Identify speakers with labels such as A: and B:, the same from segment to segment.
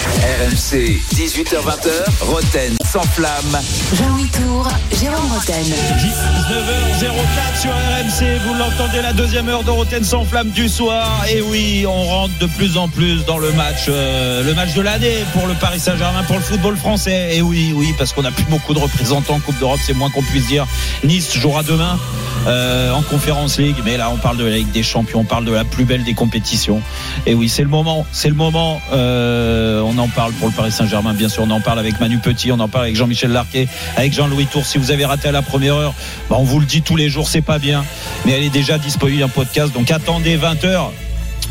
A: RMC, 18h20, Roten sans flamme.
B: Jean-Louis Tour, Jérôme Roten.
C: 19h04 sur RMC, vous l'entendez la deuxième heure de Roten sans flamme du soir. Et oui, on rentre de plus en plus dans le match, euh, le match de l'année pour le Paris Saint-Germain, pour le football français. Et oui, oui, parce qu'on n'a plus beaucoup de représentants en Coupe d'Europe, c'est moins qu'on puisse dire. Nice jouera demain. euh, en conférence League, mais là on parle de la Ligue des Champions, on parle de la plus belle des compétitions. Et oui, c'est le moment, c'est le moment. euh, on en parle pour le Paris Saint-Germain, bien sûr. On en parle avec Manu Petit, on en parle avec Jean-Michel Larquet, avec Jean-Louis Tour. Si vous avez raté à la première heure, bah, on vous le dit tous les jours, c'est pas bien. Mais elle est déjà disponible en podcast. Donc attendez 20 h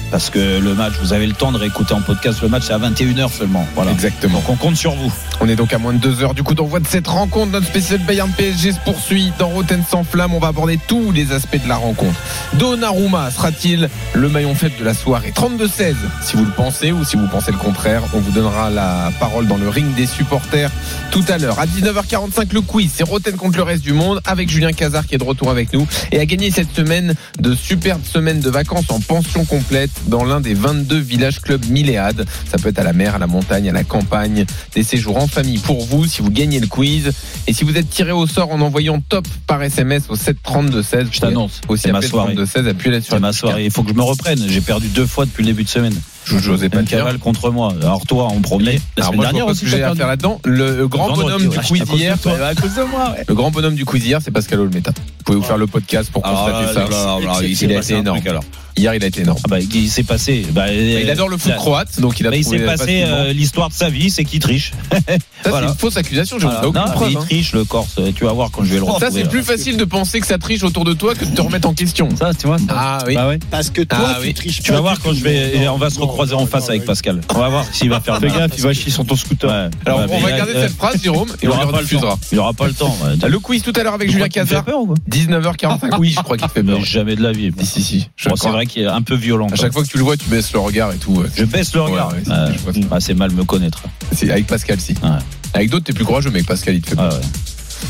C: parce que le match, vous avez le temps de réécouter en podcast. Le match, c'est à 21h seulement. Voilà.
D: Exactement.
C: Donc on compte sur vous.
D: On est donc à moins de deux heures du coup d'envoi de cette rencontre. Notre spécial Bayern PSG se poursuit dans Rotten sans flamme. On va aborder tous les aspects de la rencontre. Donnarumma sera-t-il le maillon faible de la soirée 32-16, si vous le pensez ou si vous pensez le contraire. On vous donnera la parole dans le ring des supporters tout à l'heure. À 19h45, le quiz. C'est Rotten contre le reste du monde avec Julien Cazard qui est de retour avec nous et a gagné cette semaine de superbes semaines de vacances en pension complète dans l'un des 22 villages clubs Milléade. Ça peut être à la mer, à la montagne, à la campagne, des séjours en famille pour vous si vous gagnez le quiz. Et si vous êtes tiré au sort en envoyant top par SMS au 732-16,
C: Je t'annonce.
D: Aussi
C: C'est ma
D: appelé
C: soirée.
D: 32-16, appuyez là sur
C: C'est ma soirée. Il faut que je me reprenne. J'ai perdu deux fois depuis le début de semaine.
D: Je j'osais pas
C: Une
D: le dire.
C: cavale contre moi. Alors toi, en premier, la
D: Alors moi,
C: semaine
D: je vois
C: dernière
D: pas
C: aussi,
D: ce que j'ai
C: t'as
D: à
C: perdu.
E: Ah,
D: faire là-dedans. Le grand
C: Vendredi,
D: bonhomme du
C: ouais. Ah,
D: quiz
C: À cause de
D: hier,
C: toi.
D: c'est-
C: À cause de moi, ouais.
D: le grand bonhomme du quiz hier, c'est Pascal Olmeta. Vous pouvez vous faire le podcast pour
C: Alors
D: constater
C: Ah, là,
D: ça.
C: là, là, là, il s'est
D: il a
C: passé
D: été
C: un
D: énorme.
C: truc, alors.
D: Hier, il a été énorme.
C: Ah bah, il s'est passé. bah,
D: Il
C: euh,
D: adore le foot
C: là,
D: croate, donc il a
C: Mais il
D: trouvé
C: s'est passé
D: facilement.
C: euh, l'histoire de sa vie, c'est qu'il triche.
D: Ça, c'est
C: voilà.
D: une fausse accusation, j'ai
C: Voilà.
D: aucune
C: Non, mais
D: preuve,
C: il
D: hein.
C: triche le Corse. euh, Tu vas voir quand je vais le
D: Ça,
C: retrouver. hein.
D: c'est
C: là.
D: plus facile de penser que ça triche autour de toi que de te remettre en question.
C: Ça, tu vois. ça-
D: Ah oui.
C: Bah ouais.
E: Parce que toi,
D: Ah
E: tu
D: oui.
E: triches
C: Tu
E: pas
C: vas voir
E: du
C: quand
E: tout.
C: je vais, et
E: Non,
C: on va se
E: non,
C: recroiser
E: non,
C: en face
E: non,
C: avec
E: non.
C: Pascal. On va voir s'il va
D: Ah,
C: faire. Fais gaffe, il va chier sur ton scooter.
D: Alors, on va garder cette phrase, Jérôme, et
C: euh, Il
D: on lui
C: aura pas le
D: refusera.
C: temps. Il aura pas le temps. ouais.
D: Ah, Le quiz tout à l'heure avec Julien
C: Tu crois qu'il me fait
D: Cazard,
C: peur ou quoi
D: 19h45. Oui, je crois qu'il te fait peur.
C: Mais Jamais de la vie.
D: Si, si, si. Je
C: Bon,
D: crois.
C: c'est vrai qu'il est un peu violent.
D: À
C: quoi.
D: chaque fois que tu le vois, tu baisses le regard et tout.
C: Je baisse le regard.
D: Ouais, ouais, c'est-
C: Euh,
D: je vois ça.
C: bah, c'est mal me connaître.
D: C'est avec Pascal, si.
C: Ouais.
D: Avec d'autres, t'es plus courageux, mais avec Pascal, il te fait peur.
C: Ah ouais.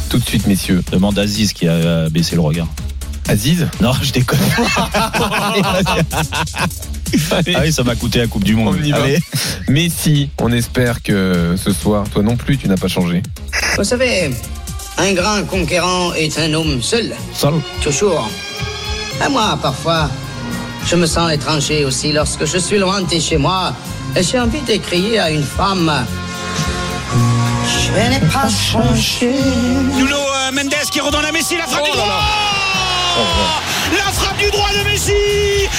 D: Tout de suite, messieurs.
C: Demande à Aziz qui a euh, baissé le regard.
D: Aziz,
C: Non, je déconne. ah oui, ça m'a coûté la Coupe du Monde.
D: On y va.
C: Allez.
D: Messi, on espère que ce soir, toi non plus, tu n'as pas changé.
F: Vous savez, un grand conquérant est un homme seul,
D: Salut.
F: toujours. À moi, parfois, je me sens étranger aussi lorsque je suis loin de chez moi et j'ai envie de crier à une femme. Je n'ai pas changé.
G: Nuno euh, Mendes qui redonne à Messi la frappe du droit La frappe du droit de Messi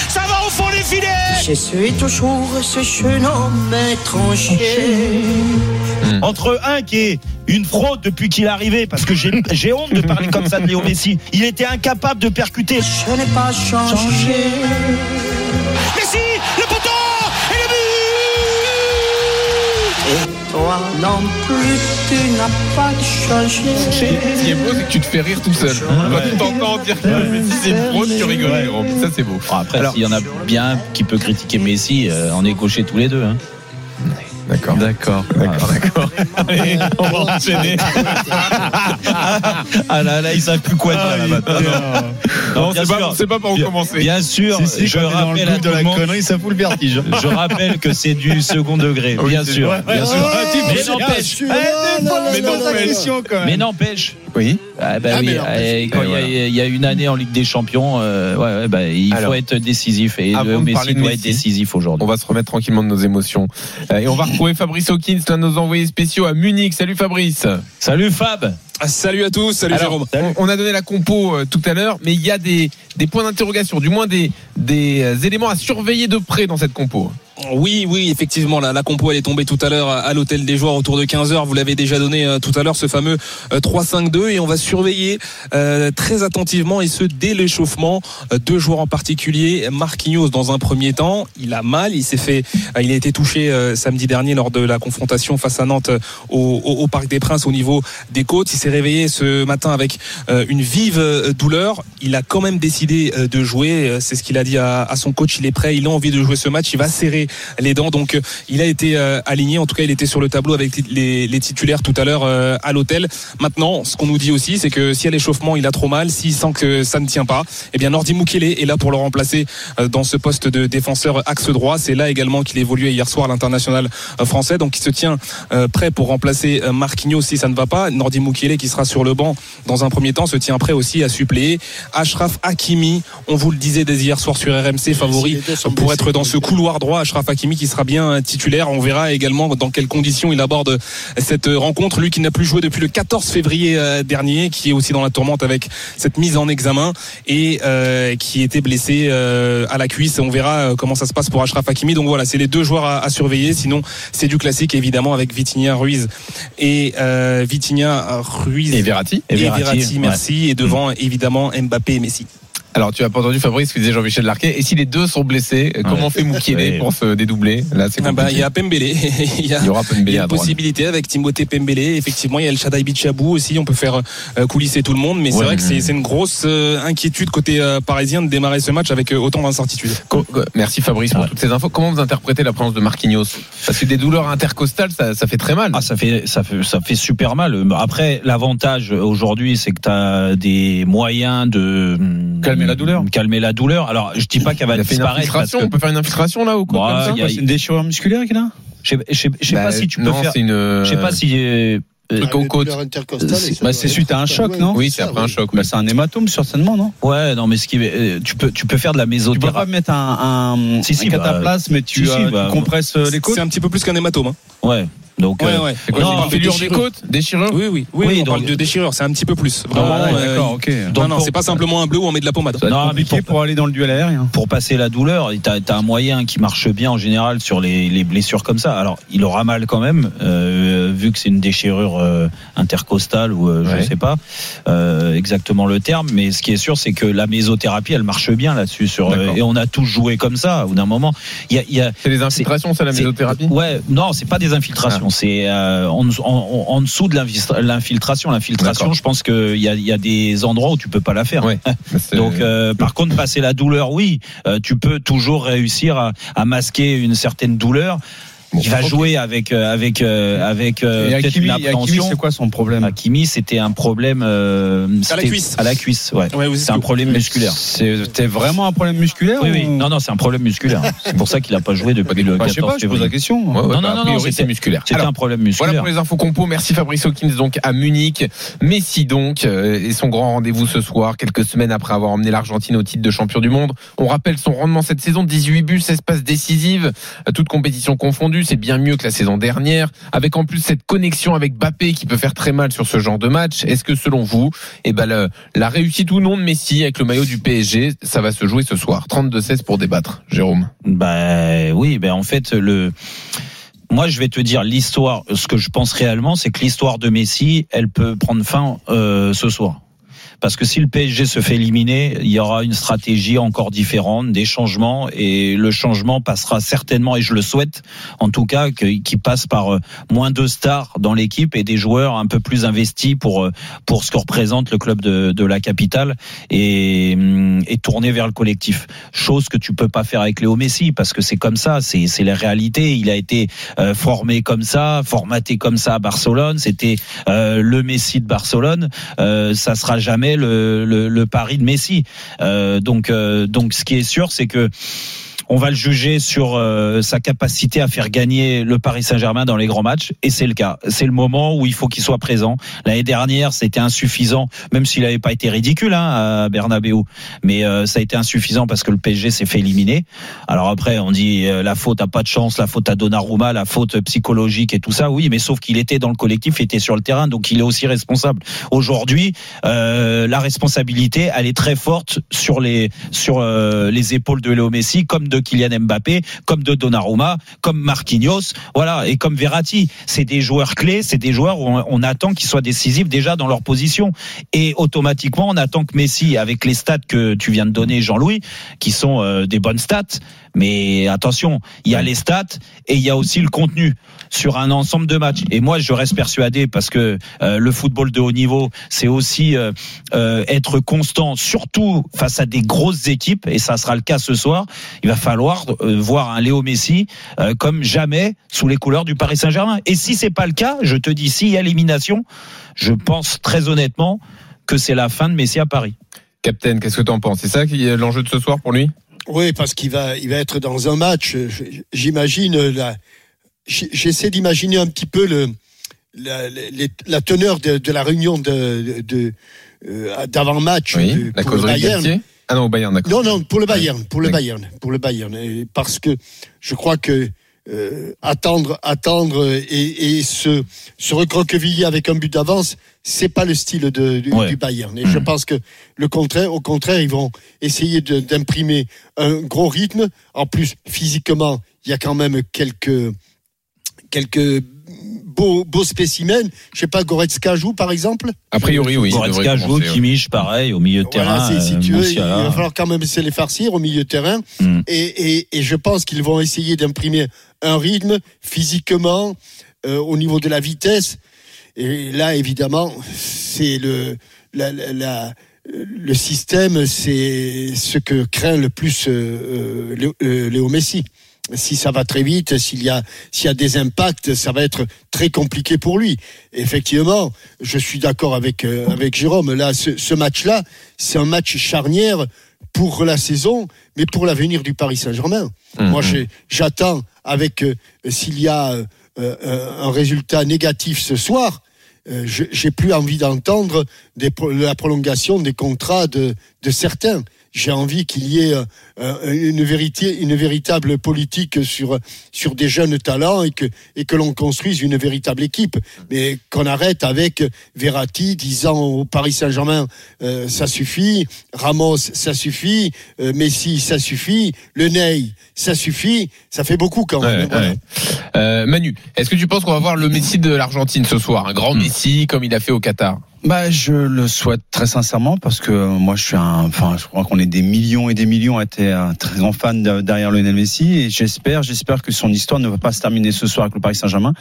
G: Ça va au fond des filets
F: Je suis toujours ce jeune homme étranger.
C: Entre un qui est une fraude depuis qu'il est arrivé, parce que j'ai j'ai honte de parler comme ça de Léo Messi. Il était incapable de percuter.
F: Je n'ai pas changé.
G: Messi, le poteau et le but
F: Et toi non plus, tu n'as pas changé.
D: Ce qui est beau, c'est que tu te fais rire tout seul. Quand tu t'entends dire que Messi, c'est une fraude, tu rigoles.
C: Ouais.
D: Jérôme. Ça, c'est beau.
C: Bon, après,
D: Alors-
C: s'il y en a bien un qui peut critiquer Messi, euh, on est cochés tous les deux. hein.
D: D'accord.
C: D'accord. Allez, on va enchaîner. ah là là, ils savent plus quoi dire là maintenant. Non,
D: Non,
C: bien
D: c'est pas,
C: sûr.
D: c'est pas par où
C: Bien-
D: commencer.
C: Bien sûr, je rappelle à tout le monde.
E: ça fout le vertige.
C: Je rappelle que c'est du second degré,
D: hein. Oui,
C: bien
D: c'est
C: sûr.
D: vrai.
C: bien
D: Ouais,
C: sûr. mais n'empêche,
D: Mais n'empêche.
C: mais n'empêche.
D: Oui.
C: Ah bah
E: Ah, mais
C: oui,
E: n'empêche.
C: eh, quand
D: Et
C: il y a-
D: voilà.
C: il y, a une année en Ligue des Champions, euh, ouais, ouais, bah, il
D: Alors,
C: faut être décisif et
D: avant
C: le
D: de
C: Messi
D: parler de
C: doit
D: Messi,
C: être décisif
D: On
C: aujourd'hui.
D: va se remettre tranquillement de nos émotions. Euh, Et on va retrouver Fabrice Hawkins, l'un de nos envoyés spéciaux à Munich. Salut Fabrice.
C: Salut Fab.
H: Salut à tous, salut
D: Alors,
H: Jérôme.
D: on, on a donné la compo euh, tout à l'heure, mais il y a des, des points d'interrogation, du moins des, des euh, éléments à surveiller de près dans cette compo.
I: Oui, oui, effectivement, la, la compo elle est tombée tout à l'heure à, à l'hôtel des joueurs autour de 15h. Vous l'avez déjà donné euh, tout à l'heure, ce fameux euh, 3-5-2. Et on va surveiller euh, très attentivement, et ce, dès l'échauffement, euh, deux joueurs en particulier. Marquinhos, dans un premier temps, il a mal, il s'est fait, euh, il a été touché euh, samedi dernier lors de la confrontation face à Nantes euh, au, au- au Parc des Princes au niveau des côtes. Il s'est réveillé ce matin avec euh, une vive euh, douleur. Il a quand même décidé euh, de jouer. Euh, C'est ce qu'il a dit à, à son coach. Il est prêt, il a envie de jouer ce match. Il va serrer les dents. Donc euh, il a été euh, aligné. En tout cas, il était sur le tableau avec tit- les, les titulaires tout à l'heure euh, à l'hôtel. Maintenant, ce qu'on nous dit aussi, c'est que si à l'échauffement il a trop mal, s'il sent que ça ne tient pas, eh bien Nordi Mukele est là pour le remplacer euh, dans ce poste de défenseur axe droit. C'est là également qu'il évoluait hier soir à l'international euh, français. Donc il se tient euh, prêt pour remplacer euh, Marquinhos si ça ne va pas. Nordi Mukele qui sera sur le banc dans un premier temps se tient prêt aussi à suppléer Ashraf Hakimi. On vous le disait dès hier soir sur RMC, favori pour être dans ce couloir droit. Ashraf Hakimi qui sera bien euh, titulaire. On verra également dans quelles conditions il aborde cette euh, rencontre. Lui qui n'a plus joué depuis le 14 février euh, dernier, qui est aussi dans la tourmente avec cette mise en examen et euh, qui était blessé euh, à la cuisse. On verra euh, comment ça se passe pour Ashraf Hakimi. Donc voilà, c'est les deux joueurs à, à surveiller. Sinon, c'est du classique évidemment avec Vitinha Ruiz et euh, Vitinha Ruiz
D: Et Verratti.
I: et Verratti, merci. Et devant, évidemment, Mbappé et Messi.
D: Hmm. Alors, tu as pas entendu Fabrice qui disait Jean-Michel Larquet. Et si les deux sont blessés, euh, comment fait Moukielé
C: Ouais.
D: pour se dédoubler Là, c'est
I: Ah bah,
D: compliqué.
I: il y a Pembele. il y a,
D: Il y aura pas de
I: il y
D: Mbélé
I: a
D: à
I: une
D: droite.
I: possibilité avec Timothée Pembele. Effectivement, il y a le Shaddai Bichabou aussi. On peut faire euh, coulisser tout le monde. Mais c'est
D: Ouais,
I: vrai que
D: mais-
I: c'est c'est une grosse euh, inquiétude côté euh, parisien de démarrer ce match avec euh, autant d'incertitudes.
D: Co- co- Merci Fabrice pour
C: Ouais.
D: toutes ces infos. Comment vous interprétez la présence de Marquinhos Parce que des douleurs intercostales, ça, ça fait très mal.
C: Ah, ça fait, ça fait, ça fait super mal. Après, l'avantage aujourd'hui, c'est que tu as des moyens de
D: Calmer la douleur.
C: Calmer la douleur. Alors, je dis pas qu'elle va
D: Il a fait une
C: disparaître. parce
D: infiltration.
C: que-
D: On peut faire une infiltration
J: Ah,
D: là ou quoi
C: Bah,
D: comme ça
C: il y a-
D: Bah,
C: C'est une
J: déchirure musculaire qu'il a
C: Je sais- je sais je sais
J: Bah,
C: pas si tu peux
D: non,
C: faire.
D: c'est une.
C: Je sais pas si. euh, euh,
D: Truc aux côtes.
J: Bah, c'est suite à un choc, non
D: Oui, c'est après un choc. oui.
J: Bah, c'est un hématome certainement, non
C: Ouais, non, mais ce qui, euh, tu peux, tu peux faire de la
J: Tu peux pas
C: mésothérapie.
J: mettre un, un,
C: Si, si,
J: un
C: bah,
J: cataplasme et tu,
C: si, si,
J: euh, tu
C: bah,
J: compresses euh, les côtes
I: C'est un petit peu plus qu'un hématome. hein.
C: Ouais. Donc. euh,
D: C'est quoi c'est
C: Non, on
D: une
C: parle de
D: fêlure des côtes Déchirure
I: Oui, oui, oui.
C: Oui,
I: on
C: donc-
I: parle de déchirure. C'est un petit peu plus.
J: Ah,
I: Vraiment.
J: ouais,
I: euh,
J: D'accord, ok.
I: non,
C: Donc,
I: non,
C: pour-
I: c'est pas simplement un bleu où on met de la pommade.
D: va être
C: non, mais
J: Compliqué
C: pour,
J: pour aller dans le duel aérien.
C: pour passer la douleur, tu as, un moyen qui marche bien en général sur les, les blessures comme ça. Alors, il aura mal quand même, euh, vu que c'est une déchirure euh, intercostale ou euh,
D: Ouais.
C: je sais pas euh, exactement le terme. Mais ce qui est sûr, c'est que la mésothérapie, elle marche bien là-dessus. Sur,
D: D'accord.
C: euh, et on a tous joué comme ça, au bout d'un moment. Il y a- il y a,
D: C'est les infiltrations, ça, la
C: c'est-
D: mésothérapie
C: Ouais, non, c'est pas des infiltrations.
J: Ah.
C: C'est euh, en, en- en- en dessous de l'infiltra- l'infiltration. L'infiltration,
D: D'accord.
C: je pense qu'il y a, il y a des endroits où tu peux pas la faire.
D: Ouais. C'est-
C: Donc, euh, par contre, passer la douleur, oui, Euh, tu peux toujours réussir à, à masquer une certaine douleur.
D: Bon.
C: Il va jouer avec euh, avec euh, avec euh,
J: Et
C: peut-être
J: Hakimi,
C: une
J: Hakimi,
C: appréhension.
J: c'est quoi son problème
C: Hakimi, c'était un problème euh, c'était-
I: cuisse.
C: À la cuisse, ouais.
I: Ouais, vous-
C: C'est un problème musculaire.
J: C'était vraiment un problème musculaire
C: Oui, oui.
J: ou-
C: Non, non, c'est un problème musculaire. c'est pour ça qu'il a pas joué depuis le
J: Bah, je
C: 14
J: sais pas, je pose la
C: février.
J: question.
D: Ouais, ouais,
C: non,
D: bah,
C: non,
D: a
C: non,
D: priori,
C: c'était-
D: c'est musculaire.
C: C'était
D: Alors,
C: un problème
D: Voilà
C: musculaire.
D: pour les infos compo. Merci Fabrice Hawkins donc à Munich. Messi donc euh, et son grand rendez-vous ce soir, quelques semaines après avoir emmené l'Argentine au titre de champion du monde. On rappelle son rendement cette saison 18 buts, 16 passes décisives, euh, toutes compétitions confondues, c'est bien mieux que la saison dernière. Avec en plus cette connexion avec Bappé qui peut faire très mal sur ce genre de match. Est-ce que selon vous, eh ben le- la réussite ou non de Messi avec le maillot du PSG, ça va se jouer ce soir 32-16 pour débattre, Jérôme.
C: Ben oui, ben en fait le. Moi, je vais te dire l'histoire. Ce que je pense réellement, c'est que l'histoire de Messi, elle peut prendre fin euh, ce soir. Parce que si le PSG se fait éliminer, il y aura une stratégie encore différente, des changements, et le changement passera certainement, et je le souhaite, en tout cas, que- qu'il passe par euh, moins de stars dans l'équipe et des joueurs un peu plus investis pour euh, pour ce que représente le club de, de la capitale et, hum, et tourner vers le collectif chose que tu peux pas faire avec Léo Messi parce que c'est comme ça, c'est c'est la réalité. Il a été euh, formé comme ça, formaté comme ça à Barcelone. C'était euh, le Messi de Barcelone. Euh, ça sera jamais le, le, le Paris de Messi. Euh, donc euh, donc ce qui est sûr, c'est que on va le juger sur euh, sa capacité à faire gagner le Paris Saint-Germain dans les grands matchs, et c'est le cas. C'est le moment où il faut qu'il soit présent. L'année dernière, c'était insuffisant, même s'il n'avait pas été ridicule hein, à Bernabeu, mais euh, ça a été insuffisant parce que le PSG s'est fait éliminer. Alors après, on dit euh, la faute à pas de chance, la faute à Donnarumma, la faute psychologique et tout ça. Oui, mais sauf qu'il était dans le collectif, il était sur le terrain, donc il est aussi responsable. Aujourd'hui, euh, la responsabilité, elle est très forte sur les sur euh, les épaules de Léo Messi comme de de Kylian Mbappé, comme de Donnarumma, comme Marquinhos, voilà, et comme Verratti. C'est des joueurs clés, c'est des joueurs où on, on attend qu'ils soient décisifs déjà dans leur position. Et automatiquement, on attend que Messi, avec les stats que tu viens de donner, Jean-Louis, qui sont euh, des bonnes stats, mais attention, il y a les stats et il y a aussi le contenu sur un ensemble de matchs. Et moi, je reste persuadé parce que euh, le football de haut niveau, c'est aussi euh, euh, être constant, surtout face à des grosses équipes. Et ça sera le cas ce soir. Il va falloir euh, voir un Léo Messi euh, comme jamais sous les couleurs du Paris Saint-Germain. Et si c'est pas le cas, je te dis, s'il y a élimination, je pense très honnêtement que c'est la fin de Messi à Paris.
D: Captain, qu'est-ce que tu en penses C'est ça qui est l'enjeu de ce soir pour lui
K: Oui, parce qu'il va, il va être dans un match. euh, j- J'imagine euh, la. j'- J'essaie d'imaginer un petit peu le, la, les- la teneur de, de la réunion de, de- euh, d'avant-match
D: Oui,
K: de-
D: la
K: pour le
D: causerie
K: Bayern.
D: Galtier Ah non, au Bayern, d'accord.
K: Non, non, pour le Bayern, pour le
D: D'accord.
K: Bayern, pour le Bayern, Et parce que je crois que euh, attendre, attendre et, et se, se recroqueviller avec un but d'avance, c'est pas le style de, du,
C: Ouais.
K: du Bayern. Et
D: Mmh.
K: je pense que le contraire, au contraire, ils vont essayer de- d'imprimer un gros rythme. En plus, physiquement, il y a quand même quelques quelques beaux, beaux spécimens. Je sais pas, Goretzka joue par exemple.
D: A priori, oui. il
C: Goretzka
D: devrait
C: joue,
D: commencer, oui.
C: Kimmich, pareil, au milieu de
K: Voilà, c'est-
C: terrain.
K: si
C: euh,
K: tu veux, il
C: Musiala.
K: va falloir quand même se les farcir au milieu de terrain.
C: Mm.
K: Et, et- et je pense qu'ils vont essayer d'imprimer un rythme physiquement, euh, au niveau de la vitesse. Et là, évidemment, c'est le, la- la- la- le système, c'est ce que craint le plus euh, euh, Lé- euh, Léo Messi. Si ça va très vite, s'il y a s'il y a des impacts, ça va être très compliqué pour lui. Effectivement, je suis d'accord avec euh, avec Jérôme. Là, ce, ce match-là, c'est un match charnière pour la saison, mais pour l'avenir du Paris Saint-Germain. Moi, j'ai- j'attends avec euh, s'il y a euh, euh, un résultat négatif ce soir. euh, je- J'ai plus envie d'entendre des pro- la prolongation des contrats de, de certains. J'ai envie qu'il y ait euh, euh, une, vérité, une véritable politique sur, sur des jeunes talents et que, et que l'on construise une véritable équipe. Mais qu'on arrête avec Verratti, 10 ans au Paris Saint-Germain, euh, ça suffit. Ramos, ça suffit. Euh, Messi, ça suffit. Le Ney, ça suffit. Ça fait beaucoup quand
D: Ouais,
K: même. Voilà.
D: ouais. Euh, Manu, est-ce que tu penses qu'on va voir le Messi de l'Argentine ce soir Un
C: Hmm.
D: grand Messi comme il a fait au Qatar
J: Bah, je le souhaite très sincèrement parce que euh, moi, je suis un, enfin, je crois qu'on est des millions et des millions à être un très grand fan de- derrière Lionel Messi et j'espère, j'espère que son histoire ne va pas se terminer ce soir avec le Paris Saint-Germain.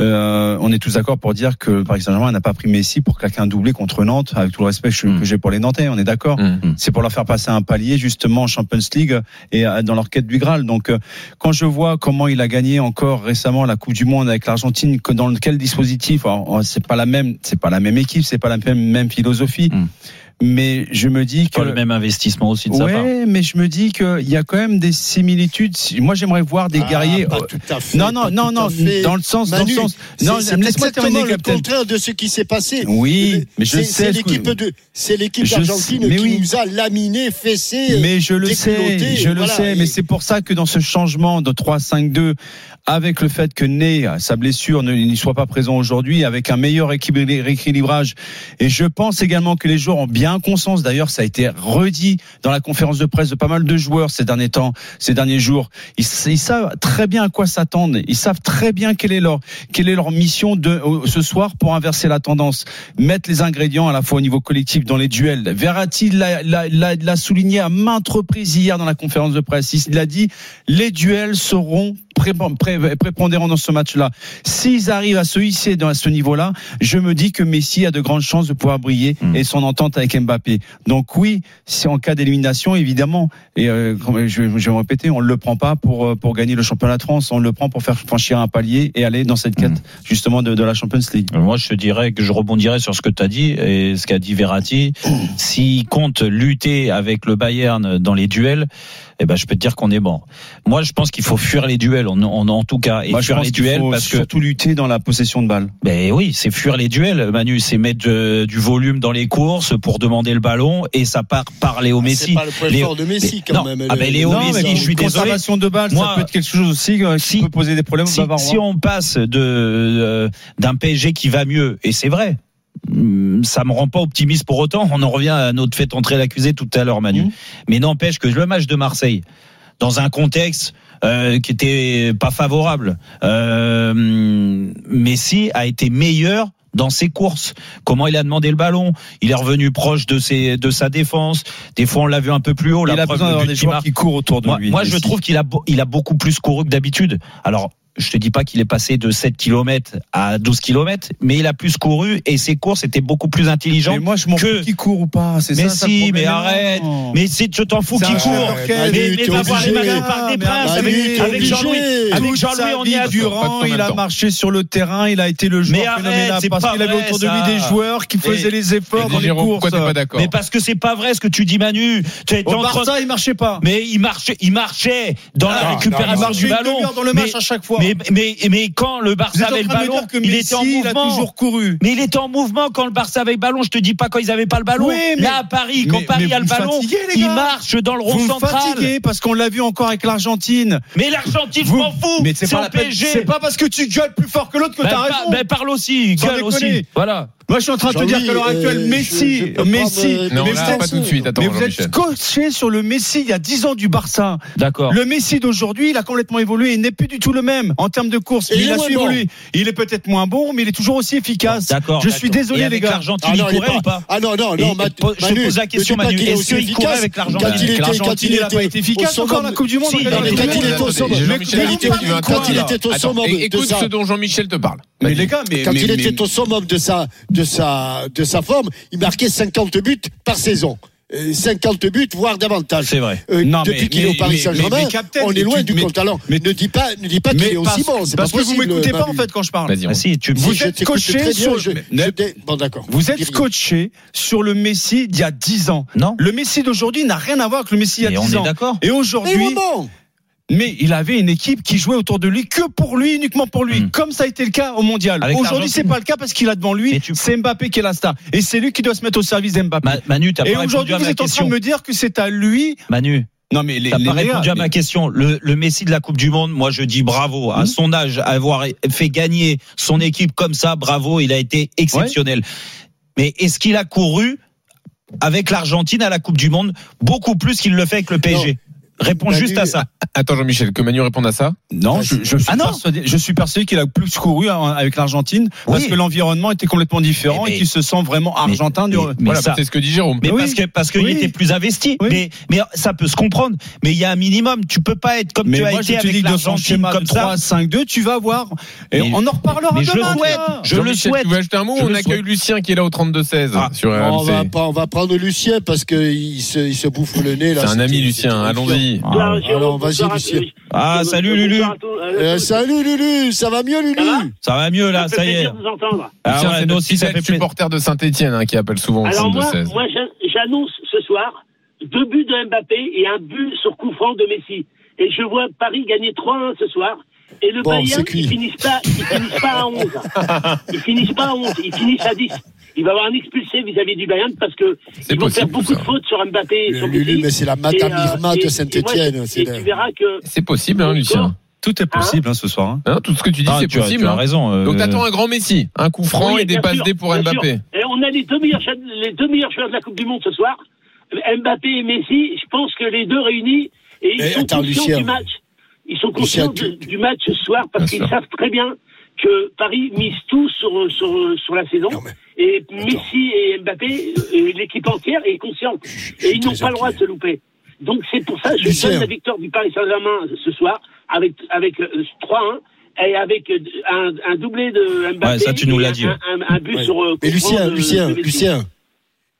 J: Euh, on est tous d'accord pour dire que le Paris Saint-Germain n'a pas pris Messi pour claquer un doublé contre Nantes, avec tout le respect que je- que j'ai pour les Nantais, on est d'accord. C'est pour leur faire passer un palier justement en Champions League et euh, dans leur quête du Graal. Donc euh, quand je vois comment il a gagné encore récemment la Coupe du Monde avec l'Argentine, que dans lequel dispositif, alors, oh, c'est pas la même, c'est pas la même équipe, c'est pas la même, même philosophie, mais je me dis que
C: Pas le même investissement aussi de sa part.
J: Ouais, mais je me dis qu'il y a quand même des similitudes. Si- Moi, j'aimerais voir des
K: Ah,
J: guerriers. euh,
K: pas tout à fait,
J: Non, non,
K: pas
J: non,
K: tout à
J: non,
K: fait.
J: dans le sens,
K: Manu,
J: dans le sens. Non,
K: c'est- c'est
J: laisse-moi terminer,
K: exactement le
J: Captain.
K: contraire de ce qui s'est passé.
J: Oui, mais je sais
K: C'est- C'est
J: ce que-
K: l'équipe de, c'est l'équipe
J: Je
K: d'Argentine
J: sais, mais
K: qui
J: oui.
K: nous a laminé, fessé.
J: Mais je le sais, je le sais, mais c'est pour ça que dans ce changement de 3-5-2, avec le fait que Ney, sa blessure, ne n'y soit pas présent aujourd'hui, avec un meilleur équilibri- rééquilibrage, et je pense également que les joueurs ont bien conscience, d'ailleurs ça a été redit dans la conférence de presse de pas mal de joueurs ces derniers temps, ces derniers jours, ils, ils savent très bien à quoi s'attendre, ils savent très bien quelle est leur, quelle est leur mission de, au- ce soir pour inverser la tendance, mettre les ingrédients à la fois au niveau collectif dans les duels. Verratti l'a- l'a l'a- l'a souligné à maintes reprises hier dans la conférence de presse. Il a dit les duels seront pré- pré- prépondérants dans ce match-là. S'ils arrivent à se hisser dans, à ce niveau-là, je me dis que Messi a de grandes chances de pouvoir briller et son entente avec Mbappé. Donc oui, c'est en cas d'élimination évidemment. Et euh, comme je, je vais me répéter, on ne le prend pas pour euh, pour gagner le championnat de France, on le prend pour faire franchir un palier et aller dans cette quête
C: Hmm.
J: justement de, de la Champions League.
C: Moi, je te dirais que je rebondirais sur ce que tu as dit et ce qu'a dit Verratti. S'il compte lutter avec le Bayern dans les duels, eh ben, je peux te dire qu'on est bon. Moi, je pense qu'il faut fuir les duels, en, en, en tout cas, et
J: Moi, je
C: fuir
J: pense
C: les
J: qu'il
C: duels
J: faut
C: parce que.
J: surtout lutter dans la possession de balle.
C: Ben oui, c'est fuir les duels, Manu, c'est mettre euh, du volume dans les courses pour demander le ballon et ça part par Léo Messi.
K: Ah, C'est pas le point
C: Léo-
K: fort de Messi quand
C: non.
K: même. euh,
C: Ah
K: Le-
C: ben Léo
K: le- le-
C: Messi, je suis désolé.
J: Conservation de balle,
C: Moi,
J: ça peut être quelque chose aussi euh, qui
C: si-
J: peut poser des problèmes
C: Si,
J: aux Bavarois.
C: si on passe de euh, d'un PSG qui va mieux, et c'est vrai, hum, ça me rend pas optimiste pour
J: Mmh.
C: autant. On en revient à notre fait entrer l'accusé tout à l'heure, Manu. Mais n'empêche que le match de Marseille. dans un contexte euh, qui était pas favorable. Euh, Messi a été meilleur dans ses courses, comment il a demandé le ballon, il est revenu proche de ses de sa défense. Des fois on l'a vu un peu plus haut.
J: Il a besoin d'avoir des joueurs qui courent autour de
C: moi,
J: lui.
C: Moi je
J: Messi.
C: trouve qu'il a beau- il a beaucoup plus couru que d'habitude. Alors je te dis pas qu'il est passé de 7 km à 12 km, mais il a plus couru et ses courses étaient beaucoup plus intelligentes.
J: Mais moi je m'en fous
C: que
J: qui court ou pas, c'est
C: mais
J: ça.
C: si, mais arrête. Mais si, je t'en fous
J: C'est
C: qui
J: un
C: court.
J: joueur
C: Mais,
J: d'orchestre.
C: mais,
J: Manu,
C: va
J: t'es
C: voir les
J: obligé.
C: magasins par des
J: Mais
C: princes
J: Manu,
C: avec,
J: t'es
C: avec
J: obligé.
C: Jean-Louis. Avec
J: Toute
C: Jean-Louis,
J: sa
C: on
J: vie,
C: y a
J: Durand, il a marché sur le terrain, il a été le
C: Mais
J: joueur
C: arrête,
J: phénoménal
C: c'est
J: parce
C: pas
J: qu'il avait
C: vrai,
J: autour de
C: ça.
J: lui des joueurs qui
C: Et-
J: faisaient les efforts
C: et
J: dans les
C: Jérôme,
J: courses.
C: pourquoi t'es pas d'accord
J: Mais
C: Mais parce que c'est pas vrai ce que tu dis, Manu. Tu es
J: Au
C: en train-
J: Barça, il marchait pas.
C: Mais il marchait, il marchait dans
J: Non,
C: la
J: non,
C: récupération
J: non, non.
C: du
J: Il marchait une
C: ballon.
J: demi-heure dans le match
C: mais,
J: à chaque fois.
C: Mais, mais, mais quand le
J: Vous
C: Barça
J: êtes en
C: avait le
J: train de me
C: ballon,
J: dire que
C: il était en
J: Messi, il a
C: mouvement.
J: toujours couru.
C: Mais il était en mouvement quand le Barça avait le ballon. Je te dis pas quand ils avaient pas le ballon.
J: Oui, mais-
C: Là à Paris, quand
J: mais-
C: Paris
J: mais
C: a le
J: vous me
C: ballon,
J: fatiguez, les
C: il
J: gars.
C: marche dans le rond
J: Vous me
C: central.
J: fatiguez parce qu'on l'a vu encore avec l'Argentine.
C: Mais l'Argentine, je
J: Vous-
C: m'en fous.
J: Mais c'est pas
C: au
J: la peine-
C: PSG.
J: c'est pas parce que tu gueules plus fort que l'autre que
C: Ben,
J: t'as
C: par-
J: raison.
C: ben, parle aussi,
J: Sans
C: gueule
J: déconner.
C: aussi. Voilà.
J: Moi, je suis en train de te
K: Jean-Louis,
J: dire qu'à l'heure actuelle,
K: euh, je- je
J: Messi,
K: peux
J: Messi,
K: prendre, euh, Non,
J: mais
K: là,
J: vous êtes-
K: pas tout de suite,
D: attends,
J: mais vous
D: Jean-Michel.
J: êtes coaché sur le Messi il y a 10 ans du Barça.
C: D'accord.
J: Le Messi d'aujourd'hui, il a complètement évolué. Il n'est plus du tout le même en termes de course.
K: Et
J: mais
K: il
J: il
K: est
J: a
K: moins
J: su
K: bon.
J: évoluer. Il est peut-être moins bon, mais il est toujours aussi efficace.
C: D'accord.
J: Je suis
C: D'accord. Et
J: désolé, les
C: avec
J: gars.
C: l'Argentine,
K: Ah
C: il
K: non, il est
C: courait ou pas
K: Ah non, non, non,
C: Et-
K: Manu,
C: je te
K: Manu,
C: pose la
K: ne dis
C: question,
K: pas
C: Manu.
K: qu'il est
C: Est-ce
K: aussi
C: qu'il courait
K: efficace
C: avec
K: quand il
C: l'Argentine
K: était-
C: L'Argentine,
K: quand il
J: il n'a
K: était
J: pas été efficace
K: au
J: encore en
K: summum-
J: la Coupe du Monde.
C: Si,
J: on fait
C: il a
J: dans
C: été
J: les
K: quand il
J: premiers.
K: était au sommet,
J: Mais
K: Jean-Michel,
J: quand
K: il était-
J: il
K: quand il était au
D: Attends,
K: sommet
D: et-
K: de
D: écoute
K: ça.
D: ce dont Jean-Michel te parle.
J: Mais les gars, mais
K: Quand
J: mais-
K: il
J: mais-
K: était au summum de sa, de, sa, de sa forme, il marquait 50 buts par saison. Euh, 50 buts, voire davantage.
C: C'est vrai.
K: Euh,
J: Non, mais-
K: depuis qu'il est
J: mais-
K: au Paris
J: mais- mais-
K: Saint-Germain,
J: mais Captain,
K: on est loin
J: tu-
K: du
J: mais-
K: compte. Alors,
J: mais-
K: ne dis pas, ne dis pas qu'il
J: mais
K: est aussi
J: parce-
K: bon. c'est
J: parce
K: pas
J: que vous
K: possible,
J: m'écoutez pas
K: Manu.
J: en fait quand je parle.
D: Vas-y, on-
C: Ah, si, tu me
K: Si,
J: Vous
K: je
J: êtes
K: t'écoute
J: coaché
K: très bien,
J: sur-
K: je-
J: mais-
K: je dé- Bon, d'accord.
J: Vous
K: Dis
J: êtes
K: rien.
J: coaché sur le Messi d'il y a 10 ans.
C: Non.
J: Le Messi d'aujourd'hui n'a rien à voir avec le Messi il y
C: Et
J: a
C: on
J: 10
C: est
J: ans.
C: d'accord.
J: Et
K: Mais il est
J: aujourd'hui,
K: bon.
J: mais il avait une équipe qui jouait autour de lui que pour lui, uniquement pour lui,
C: Mm.
J: comme ça a été le cas au mondial.
C: Avec
J: Aujourd'hui,
C: l'Argentine.
J: c'est pas le cas parce qu'il a devant
C: Mais
J: lui,
C: tu-
J: c'est Mbappé qui est la star. Et c'est lui qui doit se mettre au service d'Mbappé.
C: Ma- Manu, t'as
J: Et
C: pas répondu
J: aujourd'hui,
C: à
J: vous
C: ma
J: êtes en train
C: question.
J: de me dire que c'est à lui.
C: Manu.
J: Non, mais les,
C: T'as
J: les
C: pas
J: gars,
C: répondu à
J: mais-
C: ma question. Le, le Messi de la Coupe du Monde, moi je dis bravo.
J: Hmm.
C: À son âge, avoir fait gagner son équipe comme ça, bravo, il a été exceptionnel. Mais est-ce qu'il a couru avec l'Argentine à la Coupe du Monde beaucoup plus qu'il le fait avec le PSG Réponds
J: Bah,
K: Manu,
C: juste à ça.
D: Attends, Jean-Michel, que Manu réponde à ça.
J: Non, je, je suis
C: Ah non
J: persuadé, je suis persuadé qu'il a plus couru en- avec l'Argentine parce
C: Oui.
J: que l'environnement était complètement différent
C: Mais-
J: et qu'il se sent vraiment argentin.
C: mais-
J: du-
C: mais-
D: Voilà,
C: ça-
D: c'est ce que dit Jérôme.
C: Mais
J: Oui.
C: parce que parce qu'il
J: Oui.
C: était plus investi.
J: Oui.
C: Mais mais ça peut se comprendre. Mais il y a un minimum. Tu peux pas être comme
J: Mais
C: tu as
J: moi,
C: été
J: je te
C: avec
J: dis que dans son
C: l'Argentine
J: schéma
C: comme
J: de 3
C: ça.
J: 5 2, tu vas voir et
C: Mais-
J: on en reparlera
C: mais je le
K: hein.
J: demain.
C: souhaite.
J: gars.
C: Je le
D: Jean-Michel,
C: souhaite.
D: Tu veux ajouter un mot
C: Je
D: On
C: le
D: accueille
C: souhaite. Ah.
D: Lucien qui est là au 32-16 sur
K: on, va,
D: RMC.
K: pas- on va prendre Lucien parce qu'il se, il se bouffe le nez. là.
D: C'est un ami,
K: C'était-
D: Lucien.
K: c'était-
D: Allons-y.
C: Ah,
K: Alors, vas-y, Lucien.
C: Ah, salut Lulu.
G: hein,
K: Euh, salut Lulu, ça va mieux Lulu
C: Ça va mieux là. Ça y est. Ah
D: Lucien,
C: ouais,
D: c'est
C: nous
D: notre
C: aussi
D: fidèle
C: ça fait plaisir.
D: supporter de Saint-Etienne qui appelle souvent au
G: Alors moi,
D: 32-16.
G: moi j'a- j'annonce ce soir deux buts de Mbappé et un but sur coup franc de Messi. Et je vois Paris gagner 3-1 ce soir. Et le
K: Bon, c'est
G: Bayern,
K: cuit.
G: ils finissent, pas, ils finissent pas à 11. Ils finissent pas à 11, ils finissent à 10. Il va y avoir un expulsé vis-à-vis du Bayern parce que
D: C'est
G: ils vont faire
D: possible,
G: beaucoup
D: ça.
G: de fautes sur Mbappé et
K: Le
G: sur
K: Lulu,
G: Messi.
K: mais c'est la
G: Et, euh,
K: Madame Irma
G: et-
K: de
G: et moi,
K: Saint-Etienne.
G: Et tu verras que
D: C'est possible, hein, Lucien.
J: Tout est possible hein, ce soir. hein.
D: Hein, tout ce que tu dis,
C: Ah,
D: c'est
C: tu as-
D: possible.
C: tu as
D: hein.
C: raison. euh,
D: Donc t'attends un grand Messi, un coup franc
G: Oui,
D: et des
G: bien
D: passes
G: sûr,
D: D pour
G: bien
D: Mbappé.
G: sûr. Et on a les deux, meilleurs, cha- les deux meilleurs joueurs de la Coupe du Monde ce soir, Mbappé et Messi. Je pense que les deux réunis, et ils
K: Mais
G: sont
K: Eh, attends,
G: conscients
K: Lucien.
G: du match. Ils sont
K: Lucien,
G: conscients de-
K: tu-
G: du match ce soir parce
D: Bien
G: qu'ils
D: sûr.
G: savent très bien que Paris mise tout sur, sur, sur la saison.
K: Non, mais-
G: Et Messi et Mbappé, euh, l'équipe entière est consciente.
K: je
G: Et
K: suis
G: ils n'ont
K: très
G: pas le droit de
K: inquiet.
G: se louper. Donc c'est pour ça que je
K: Lucien.
G: donne la victoire du Paris Saint-Germain ce soir avec, avec euh, 3-1 et avec euh, un, un doublé de Mbappé.
C: Ouais, ça, tu nous
G: et
C: l'as
G: un-
C: dit, ouais.
G: Un, un but
K: Ouais.
G: sur. euh,
K: Mais
G: coup franc
K: Lucien,
G: de-
K: Lucien,
G: de Messi.
K: Lucien,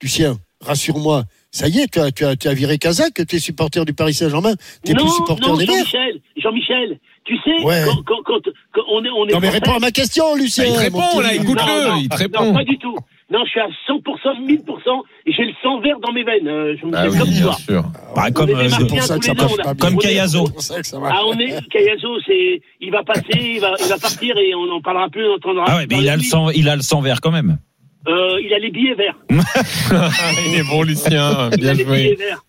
K: Lucien, rassure-moi. Ça y est, tu as, tu as, tu as viré Kazakh, tu es supporter du Paris Saint-Germain, tu
G: non,
K: plus supporter
G: non,
K: des Verts.
G: Jean-Michel, Jean-Michel, tu sais,
K: Ouais.
G: quand, quand, quand, quand on est, on est
K: Non, mais
G: français-
K: réponds à ma question, Lucien.
D: Ah, il te
K: mon
D: répond,
K: petit
D: là,
K: Lulu.
D: écoute-le.
G: Non, non,
D: il te
G: non,
D: répond.
G: pas du tout. Non, je suis à 100%, 1000%, et j'ai le sang vert dans mes veines, euh,
D: Ah
G: Jean-Michel,
D: oui,
G: comme
D: bien
G: toi.
D: sûr.
C: bah, comme,
G: on est des
C: euh,
K: C'est
G: marqués
K: pour
G: à
K: ça que
G: tous
K: ça
G: les deux,
K: marche
G: on a-
K: pas bien.
C: Comme
G: on est-
C: Callazo.
K: C'est pour ça que ça marche
G: Ah, on est, Callazo, c'est, il va passer, il va, il va partir et on n'en parlera plus, on entendra.
C: Ah ouais,
G: dans
C: mais il a le
G: nuit.
C: sang, il a le sang vert quand même.
G: Euh, il a les billets verts.
D: Il est bon, Lucien.
G: Il a
D: Ah, Bien
G: les billets
D: joué.
G: verts.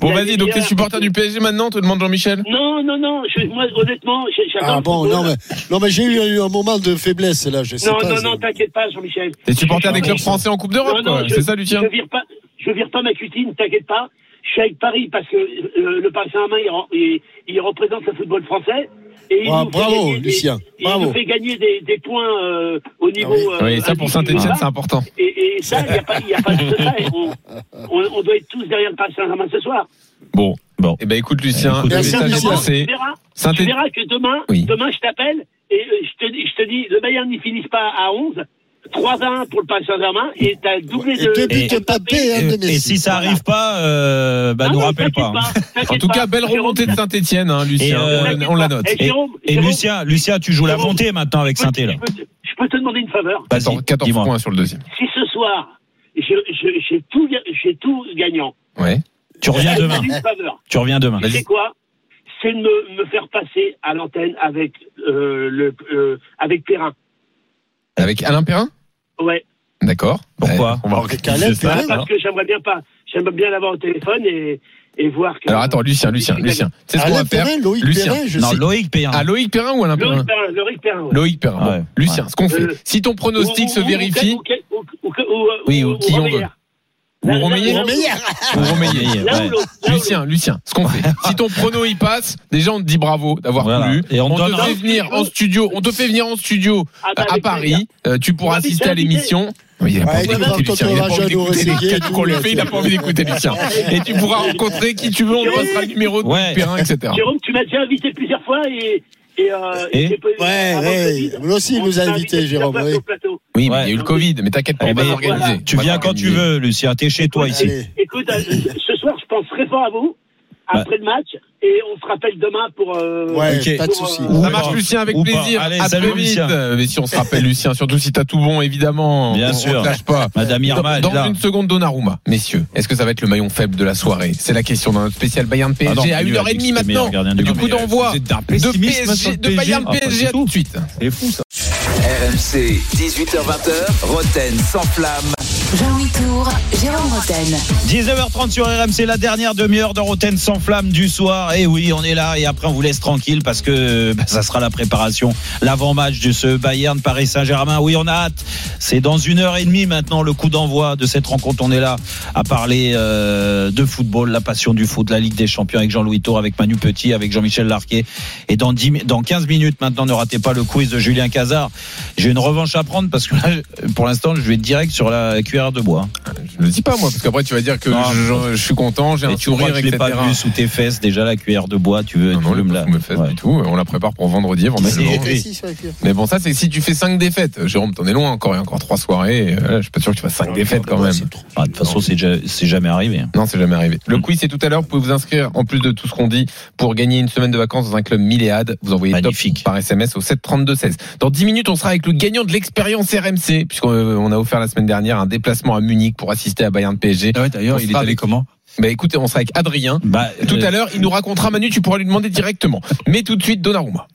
D: Bon,
G: Il a
D: vas-y,
G: les
D: donc t'es
G: billets
D: supporter
G: verts.
D: du PSG maintenant, te demande Jean-Michel
G: Non, non, non, je- moi, honnêtement, j'ai- j'adore
K: Ah
G: le
K: bon,
G: football.
K: non, mais, non, mais j'ai eu un moment de faiblesse, là, je sais
G: Non,
K: pas.
G: non,
K: c'est-
G: non, t'inquiète pas, Jean-Michel.
D: T'es supporter des clubs
G: Jean-Michel.
D: français en Coupe d'Europe,
G: Non, non,
D: quoi.
G: je-
D: C'est ça, Lucien
G: Je vire pas, je vire pas ma cutine, t'inquiète pas. Je suis avec Paris parce que euh, le Paris Saint-Germain, il, re- il- il représente le football français. Et il
K: Ah,
G: nous fait
K: bravo,
G: gagner des-
K: Lucien.
G: il
K: Bravo.
G: nous fait gagner des, des points euh, au niveau. euh,
D: Ah Oui, ça pour
G: individuel.
D: Saint-Etienne, c'est important.
G: Et, et ça, il n'y a pas, il y a pas de ça. et On, on- on doit être tous derrière le Paris Saint-Germain ce soir.
D: Bon, bon. Eh ben écoute, Lucien, le
G: Merci,
D: message est
G: Laurent.
D: passé.
G: Tu verras,
D: Saint-Étienne-
G: tu verras que demain, demain je t'appelle et euh, je te, dis- je te dis, le Bayern n'y finissent pas à 11. 3 à 1 pour le Paris Saint-Germain et t'as le doublé de. de Mbappé.
C: Et si ça arrive pas, euh, bah, nous rappelle pas.
D: En tout cas, belle remontée de Saint-Etienne, hein,
C: Et,
D: Lucien.
C: euh,
D: on, on la note.
C: Et, et Lucien, Lucien, tu joues la montée maintenant avec saint là.
G: Je peux te demander une faveur
D: 14, 14 points sur le deuxième.
G: Si ce soir, je- je- j'ai tout, ga- j'ai tout gagnant.
D: Ouais.
G: je te demande une faveur.
L: Tu reviens demain.
G: Tu sais quoi C'est de me, me faire passer à l'antenne avec, euh, le, euh, avec Perrin.
D: Avec Alain Perrin
G: Ouais.
D: D'accord. Pourquoi On va hein. organiser ça.
G: Ah, parce que j'aimerais bien pas. J'aimerais bien l'avoir au téléphone et, et voir que.
D: Alors attends, Lucien, Lucien, Lucien. C'est ce qu'on va faire. Lucien.
G: sais.
D: Perrin. Ah, Loïc Perrin ou Alain Perrin
G: Loïc Perrin, Loïc Perrin. ouais.
D: Loïc Perrin. Bon, Lucien, ce qu'on fait,
G: Euh,
D: si ton pronostic
G: ou-
D: se
G: ou- ou-
D: vérifie,
G: ou- ou- ou- ou-
D: oui,
G: ou-
D: ou qui
G: ou
D: on veut.
G: Romeyer.
D: Ou
G: Là-
D: Romeyer
G: là- là-
D: Ou Romeyer,
G: Là
D: ouais.
G: ou l'autre,
D: Lucien, Lucien, ce qu'on fait. Si ton prono il passe, déjà on te dit bravo d'avoir voulu.
J: Et on
D: on,
J: te
D: te
J: donnera-
D: fait venir en studio. On te fait venir en studio
G: Ah bah,
D: euh, à
G: avec plaisir.
D: Paris. Euh, tu pourras
G: Ah, mais
D: assister
G: t'es
D: à l'émission.
G: invité.
D: Oui, il a pas
G: Ouais,
D: envie
G: demain,
D: d'écouter
G: quand
D: Lucien.
G: on
D: Il a
G: aura
D: pas envie
G: Jeannot
D: d'écouter
G: Rességuier,
D: les cadeaux qu'on lui fait. Il a pas envie d'écouter Lucien. Et tu pourras rencontrer qui tu veux. On
G: Jérôme-
D: passera le numéro de Loïc Perrin, etc.
G: Jérôme, tu m'as déjà invité plusieurs fois et. Et, euh, et j'ai pas- avant le Covid,
K: Nous aussi, il nous a
G: on m'a
K: invités,
G: plusieurs
K: Jérôme.
G: fois
K: oui.
G: au plateau.
D: Oui, mais il y a eu le Covid, mais t'inquiète pas, on
J: Eh
D: va
J: ben,
D: s'organiser.
J: Tu
D: On va
J: viens quand tu
D: s'organiser.
J: veux, Lucien. T'es chez toi ici.
K: Allez.
G: Écoute, euh, ce soir, je pense très fort à vous. Après le match, et on se rappelle demain pour. euh,
D: Ouais,
G: pour,
D: pas de souci.
G: euh,
D: Ça marche, Lucien, avec
J: Ou pas.
D: plaisir.
J: Allez,
D: à
J: salut,
D: très vite.
J: Lucien.
D: Euh, Mais si on se rappelle, Lucien, surtout si t'as tout bon, évidemment.
J: Bien
D: on,
J: sûr.
D: On te lâche pas.
J: Madame Irma, elle
D: Dans,
J: est
D: dans
J: là.
D: une seconde, Donnarumma. Messieurs, est-ce que ça va être le maillon faible de la soirée C'est la question dans notre spécial Bayern
J: Ah non,
D: PSG à
J: nul, Alex,
D: 1h30
J: c'est meilleur
D: maintenant.
J: gardien du
D: Du
J: monde.
D: coup d'envoi
J: Vous êtes d'un
D: de
J: pessimisme sur
D: PSG,
J: le
D: de Bayern
J: Ah, pas du
D: PSG à
J: tout.
D: tout de suite.
J: C'est fou ça.
M: RMC, 18h20, Roten sans flamme.
B: Jean-Louis Tour, Jérôme Roten.
C: 19h30 sur RMC, la dernière demi-heure de Roten sans flamme du soir. Et oui, on est là et après on vous laisse tranquille parce que bah, ça sera la préparation, l'avant-match de ce Bayern Paris Saint-Germain. Oui, on a hâte. C'est dans une heure et demie maintenant le coup d'envoi de cette rencontre. On est là à parler euh, de football, la passion du foot, la Ligue des Champions avec Jean-Louis Tour, avec Manu Petit, avec Jean-Michel Larquet. Et dans, 10 mi- dans 15 minutes maintenant, ne ratez pas le quiz de Julien Cazard. J'ai une revanche à prendre parce que là, pour l'instant, je vais direct sur la cuillère de bois.
D: Je le dis pas, moi, parce qu'après, tu vas dire que
C: Non.
D: je, je suis content, j'ai
C: Et
D: un
C: tu crois
D: sourire,
C: que je l'ai
D: etc.
C: pas vu sous tes fesses déjà la cuillère de bois tu veux
D: Non, non,
C: tu veux
D: le
C: me
D: pas
C: la-
D: sous mes fesses
C: Ouais.
D: du tout. Euh, On la prépare pour vendredi, éventuellement.
C: Mais c'est-
D: Oui. Mais bon, ça, c'est si tu fais 5 défaites. Jérôme, t'en es loin encore. Il y a encore 3 soirées. Euh, là, Je suis pas sûr que tu fasses 5 défaites quand même.
C: Ah, de toute façon c'est déjà- c'est jamais arrivé hein.
D: Non, c'est jamais arrivé. Le quiz, c'est tout à l'heure. Vous pouvez vous inscrire, en plus de tout ce qu'on dit, pour gagner une semaine de vacances dans un club Milléade. Vous envoyez top par SMS au 732-16. Dans 10 minutes, on sera avec le gagnant de l'expérience RMC, puisqu'on euh, on a offert la semaine dernière un déplacement à Munich pour assister à Bayern PSG.
C: Ah
J: d'ailleurs,
D: On
J: il est
D: sera
J: allé
D: avec-
J: comment
D: bah écoutez, on sera avec Adrien.
C: Bah,
D: tout
C: euh,
D: à l'heure, il nous racontera Manu, tu pourras lui demander directement. Mais tout de suite, Donnarumma.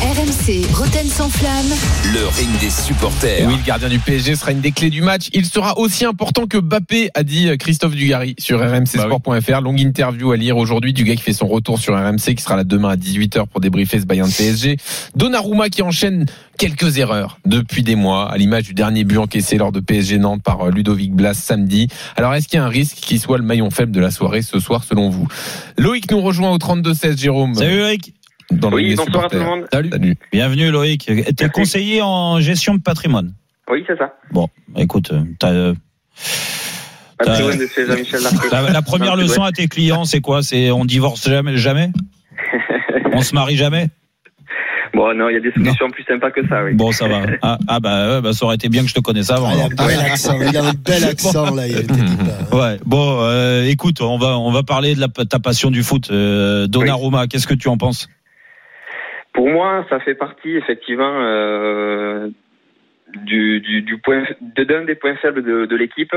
B: RMC, Roten sans flamme.
M: Le ring des
D: Et
M: supporters.
D: oui, le gardien du PSG sera une des clés du match. Il sera aussi important que Bappé, a dit Christophe Dugarry sur
C: Bah
D: rmcsport.fr. Longue interview à lire aujourd'hui du gars qui fait son retour sur RMC, qui sera là demain à 18h pour débriefer ce Bayern PSG. Donnarumma qui enchaîne quelques erreurs depuis des mois, à l'image du dernier but encaissé lors de PSG Nantes par euh, Ludovic Blas samedi. Alors, est-ce qu'il y a un risque qu'il soit le maillon faible de la soirée ce soir, selon vous Loïc nous rejoint au 32-16, Jérôme.
C: Salut Loïc
D: Dans le
N: Oui,
D: ring des
N: bonsoir à tout le
D: supporters.
N: monde.
D: Salut. Salut.
C: bienvenue Loïc t'es conseiller en gestion de patrimoine
N: Oui, c'est ça.
C: bon écoute euh, t'as, euh,
J: Euh,
N: Patrimoine
C: t'as-
N: de chez Jean-Michel Larquet.
C: Ah, la, la première
N: Non, c'est
C: leçon
N: vrai.
C: à tes clients c'est quoi c'est on divorce jamais jamais on se marie jamais
N: Bon, non, il y a des solutions plus sympas que ça, oui.
C: bon ça va ah, ah, bah, ouais, bah, ça aurait été bien que je te connaisse avant
K: Ah, il a un
C: alors.
K: bel accent, il a un bel accent là. il était dit pas.
C: Ouais, bon, euh, écoute, on va on va parler de la, ta passion du foot, euh, Donnarumma. Qu'est-ce que tu en penses
N: Pour moi, ça fait partie, effectivement, euh, du, du, du point, de- d'un des points faibles de, de l'équipe,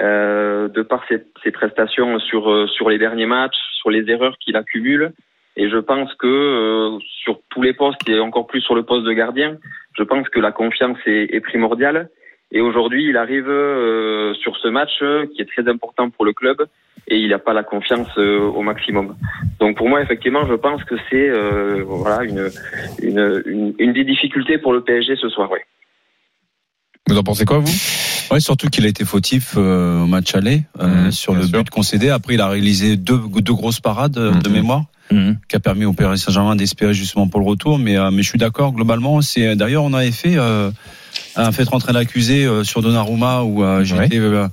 N: euh, de par ses, ses prestations sur, euh, sur les derniers matchs, sur les erreurs qu'il accumule. Et je pense que euh, sur tous les postes, et encore plus sur le poste de gardien, je pense que la confiance est, est primordiale. Et aujourd'hui, il arrive euh, sur ce match euh, qui est très important pour le club et il n'a pas la confiance euh, au maximum. Donc pour moi, effectivement, je pense que c'est euh, voilà une, une, une une des difficultés pour le PSG ce soir. Ouais.
D: Vous en pensez quoi, vous
J: Ouais, surtout qu'il a été fautif euh, au match aller
D: Mmh,
J: euh, sur le but concédé. Après, il a réalisé deux, deux grosses parades euh,
D: Mmh.
J: de mémoire. qui a permis au Paris Saint-Germain d'espérer justement pour le retour. Mais, euh, mais je suis d'accord, globalement, c'est d'ailleurs on avait fait euh, un fait rentrer l'accusé euh, sur Donnarumma où euh, j'étais euh,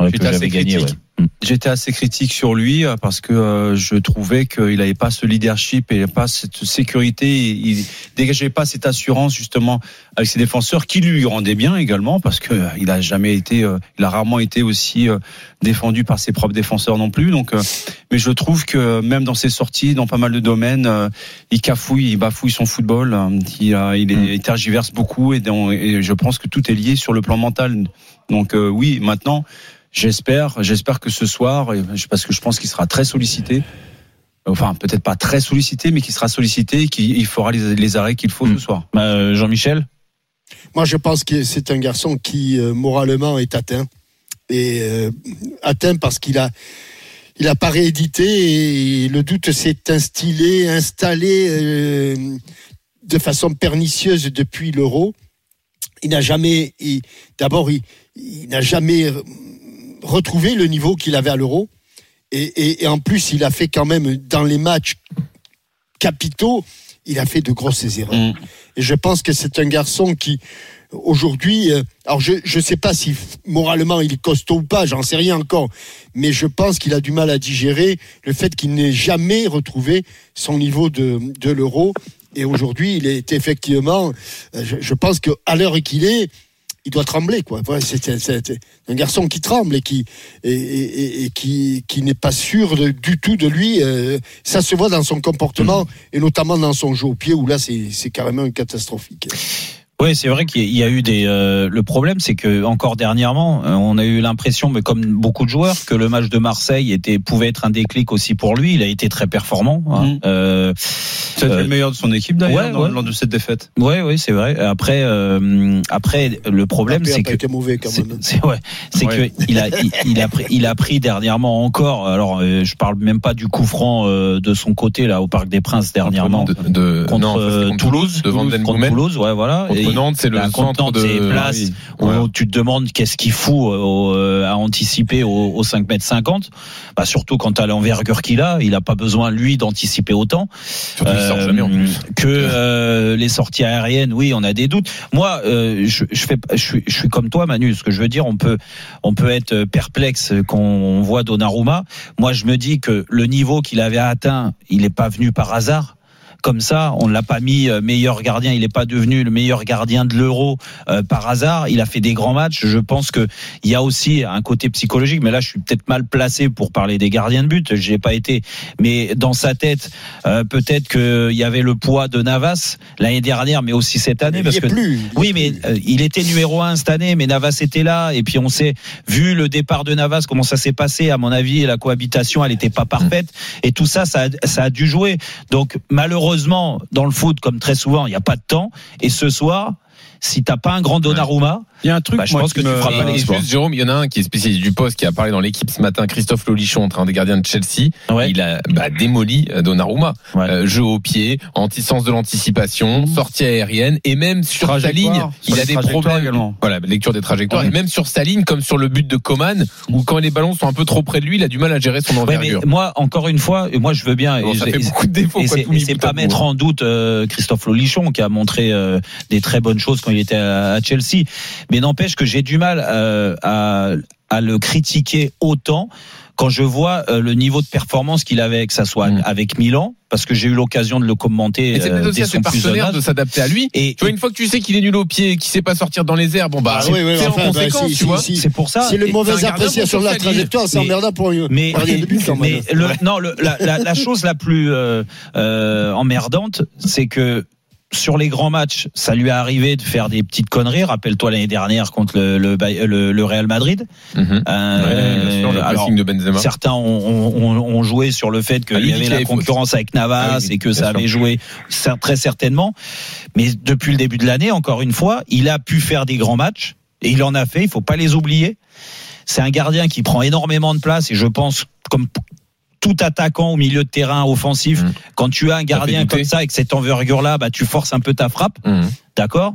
C: Ouais, que
J: j'étais assez
C: j'avais gagné,
J: critique. J'étais assez critique sur lui euh, parce que euh, je trouvais qu'il n'avait pas ce leadership et pas cette sécurité. Il dégageait pas cette assurance justement avec ses défenseurs qui lui rendaient bien également parce que euh, il a jamais été, euh, il a rarement été aussi euh, défendu par ses propres défenseurs non plus. Donc, euh, mais je trouve que euh, même dans ses sorties, dans pas mal de domaines, euh, il cafouille, il bafouille son football. euh, Il, a- il, est, il tergiverse beaucoup et, dans- et je pense que tout est lié sur le plan mental. Donc euh, oui, maintenant. J'espère, j'espère que ce soir, et je- parce que je pense qu'il sera très sollicité. Enfin, peut-être pas très sollicité, mais qu'il sera sollicité et qu'il il fera les, les arrêts qu'il faut ce soir.
C: Hmm. Bah, euh, Jean-Michel
K: Moi, je pense que c'est un garçon qui, euh, moralement, est atteint. Et euh, atteint parce qu'il a. Il n'a pas réédité et le doute s'est instillé, installé euh, de façon pernicieuse depuis l'euro. Il n'a jamais, il- d'abord, il, il n'a jamais re- retrouvé le niveau qu'il avait à l'euro. Et, et- et en plus, il a fait quand même, dans les matchs capitaux, il a fait de grosses erreurs. Et je pense que c'est un garçon qui, aujourd'hui, euh, alors je ne sais pas si moralement il est costaud ou pas, j'en sais rien encore, mais je pense qu'il a du mal à digérer le fait qu'il n'ait jamais retrouvé son niveau de, de l'euro. Et aujourd'hui, il est effectivement, euh, je, je pense qu'à l'heure qu'il est, il doit trembler. quoi. Voilà, c'est c'est- c'est un garçon qui tremble et qui, et, et- et- et qui, qui n'est pas sûr de- du tout de lui. euh, ça se voit dans son comportement et notamment dans son jeu au pied où là, c'est c'est carrément catastrophique.
C: Oui, c'est vrai qu'il y a eu des. euh, le problème, c'est que encore dernièrement, euh, on a eu l'impression, mais comme beaucoup de joueurs, que le match de Marseille était pouvait être un déclic aussi pour lui. Il a été très performant. hein.
J: Mmh.
C: Euh,
J: C'était le meilleur de son équipe d'ailleurs dans- lors de cette défaite.
C: Oui, oui, c'est vrai. Après, euh, après, le problème,
K: Mbappé a
C: c'est
K: pas
C: que
K: été mauvais quand même.
C: c'est ouais, c'est
K: Ouais.
C: que il a il, il a pris il a pris dernièrement encore. Alors euh, je parle même pas du coup franc euh, de son côté là au Parc des Princes dernièrement contre,
D: non, ça, c'est
C: euh,
D: contre
C: Toulouse,
D: de Van Den
C: contre
D: Boomen.
C: Toulouse, ouais voilà.
D: Contre
C: Et
D: Nantes, c'est le
C: bah, contre
D: centre
C: Nantes,
D: de- Ah
C: c'est place
D: Oui.
C: où tu te demandes qu'est-ce qu'il fout euh, au- euh, à anticiper au, au 5 m 50. Bah surtout quand à l'envergure qu'il a, il a pas besoin lui d'anticiper autant. Euh, que euh, les sorties aériennes, oui, on a des doutes. Moi, euh, je, je fais, je, suis- je suis comme toi, Manu. Ce que je veux dire, on peut, on peut être perplexe quand on voit Donnarumma. Moi, je me dis que le niveau qu'il avait atteint, il n'est pas venu par hasard. Comme ça, on ne l'a pas mis euh, meilleur gardien. Il n'est pas devenu le meilleur gardien de l'Euro euh, par hasard. Il a fait des grands matchs. Je pense que il y a aussi un côté psychologique. Mais là, je suis peut-être mal placé pour parler des gardiens de but. J'ai pas été. Mais dans sa tête, euh, peut-être qu'il y avait le poids de Navas l'année dernière, mais aussi cette année. parce
K: y est
C: que
K: plus.
C: oui, mais euh, il était numéro un cette année, mais Navas était là. Et puis on sait, vu le départ de Navas, comment ça s'est passé. À mon avis, la cohabitation, elle n'était pas parfaite. Et tout ça, ça a, ça a dû jouer. Donc malheureusement, dans le foot, comme très souvent, il n'y a pas de temps. Et ce soir, si t'as pas un grand Donnarumma, bah,
J: il y a un
D: Bah,
J: truc.
C: je pense que tu feras pas
D: Et
C: l'exploit.
D: juste, Jérôme, il y en a un qui est spécialiste du poste qui a parlé dans l'équipe ce matin, Christophe Lolichon, en train des gardiens de Chelsea. Il a bah, démoli euh, Donnarumma. Euh, jeu au pied, anti-sens de l'anticipation, sortie aérienne et même sur sa
J: Trajectoire,
D: ligne,
J: sur
D: il a
J: les
D: des
J: trajectoires
D: problèmes.
J: également.
D: Voilà, lecture des trajectoires
J: Ouais.
D: et même sur sa ligne comme sur le but de Coman où quand les ballons sont un peu trop près de lui, il a du mal à gérer son
C: Ouais, mais
D: envergure.
C: moi, encore une fois, et moi je veux bien.
D: Bon,
C: et
D: ça
C: j'ai-
D: fait
C: et-
D: beaucoup de défauts,
C: et
D: quoi,
C: c'est-
D: tout mis
C: et c'est
D: bout à
C: pas
D: bout,
C: mettre
D: hein.
C: en doute euh, Christophe Lolichon qui a montré euh, des très bonnes choses quand il était à, à Chelsea. Mais n'empêche que j'ai du mal euh, à, à le critiquer autant quand je vois euh, le niveau de performance qu'il avait, que ça soit avec Milan, parce que j'ai eu l'occasion de le commenter.
D: Mm. Et c'est peut-être
C: euh,
D: aussi
C: dès
D: à ses
C: son plus jeune
D: partenaires
C: âge.
D: de s'adapter à lui.
C: Et-
D: tu vois, une fois que tu sais qu'il est nul au pied, qu'il sait pas sortir dans les airs, bon
K: Ah
D: bah, c'est c'est en conséquence, tu vois.
C: C'est pour ça.
K: C'est le
C: Et-
K: mauvais
C: c'est un gardien
K: appréciation de la
C: pour sa ligne.
K: trajectoire, c'est
C: Mais-
K: emmerdant pour un
C: mais,
K: gardien de but, quand
C: mais
K: même.
C: le- non, le- la, la- la chose la plus euh, euh, emmerdante, c'est que sur les grands matchs, ça lui est arrivé de faire des petites conneries. Rappelle-toi l'année dernière contre le, le, Bay- le- le Real Madrid. Euh,
D: Ouais, Mhm. bien sûr, le pressing de Benzema.
C: Certains ont, ont- ont- ont joué sur le fait
D: Ah,
C: qu'il
D: lui
C: y
D: dit
C: avait
D: qu'il
C: la
D: avait faute.
C: concurrence avec Navas
D: Ah oui, oui,
C: et que
D: bien
C: ça
D: sûr.
C: avait joué ça, très certainement. Mais depuis le début de l'année, encore une fois, il a pu faire des grands matchs et il en a fait. Il faut pas les oublier. C'est un gardien qui prend énormément de place et je pense comme p- tout attaquant au milieu de terrain offensif,
D: Mm. Mm.
C: quand tu as un gardien comme ça avec cette envergure là, bah tu forces un peu ta frappe. D'accord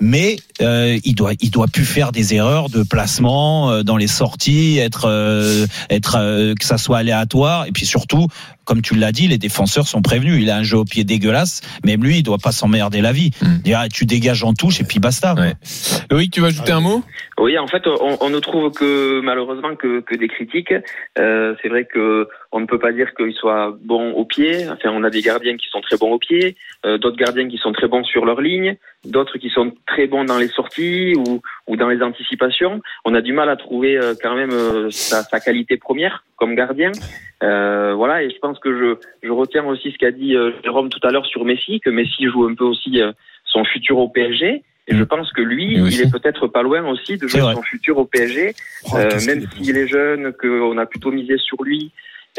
C: mais euh, il doit il doit plus faire des erreurs de placement euh, dans les sorties, être euh, être euh, que ça soit aléatoire et puis surtout comme tu l'as dit, les défenseurs sont prévenus. Il a un jeu au pied dégueulasse, même lui, il doit pas s'emmerder la vie. Dire, ah, tu dégages en touche et puis basta.
D: Mm. Loïc, tu vas ajouter un mot
N: Oui, en fait, on, on ne trouve que malheureusement que, que des critiques. Euh, c'est vrai que on ne peut pas dire qu'ils soient bons au pied. Enfin, on a des gardiens qui sont très bons au pied, euh, d'autres gardiens qui sont très bons sur leur ligne, d'autres qui sont très bons dans les sorties ou, ou dans les anticipations. On a du mal à trouver euh, quand même euh, sa, sa qualité première comme gardien. Euh, voilà, et je pense que je, je retiens aussi ce qu'a dit euh, Jérôme tout à l'heure sur Messi, que Messi joue un peu aussi euh, son futur au PSG. Et je pense que lui,
C: Lui Mm. aussi.
N: il est peut-être pas loin aussi de jouer
C: vrai.
N: son futur au PSG,
C: Oh,
N: Euh,
C: qu'est-ce
N: même s'il est jeune, qu'on a plutôt misé sur lui.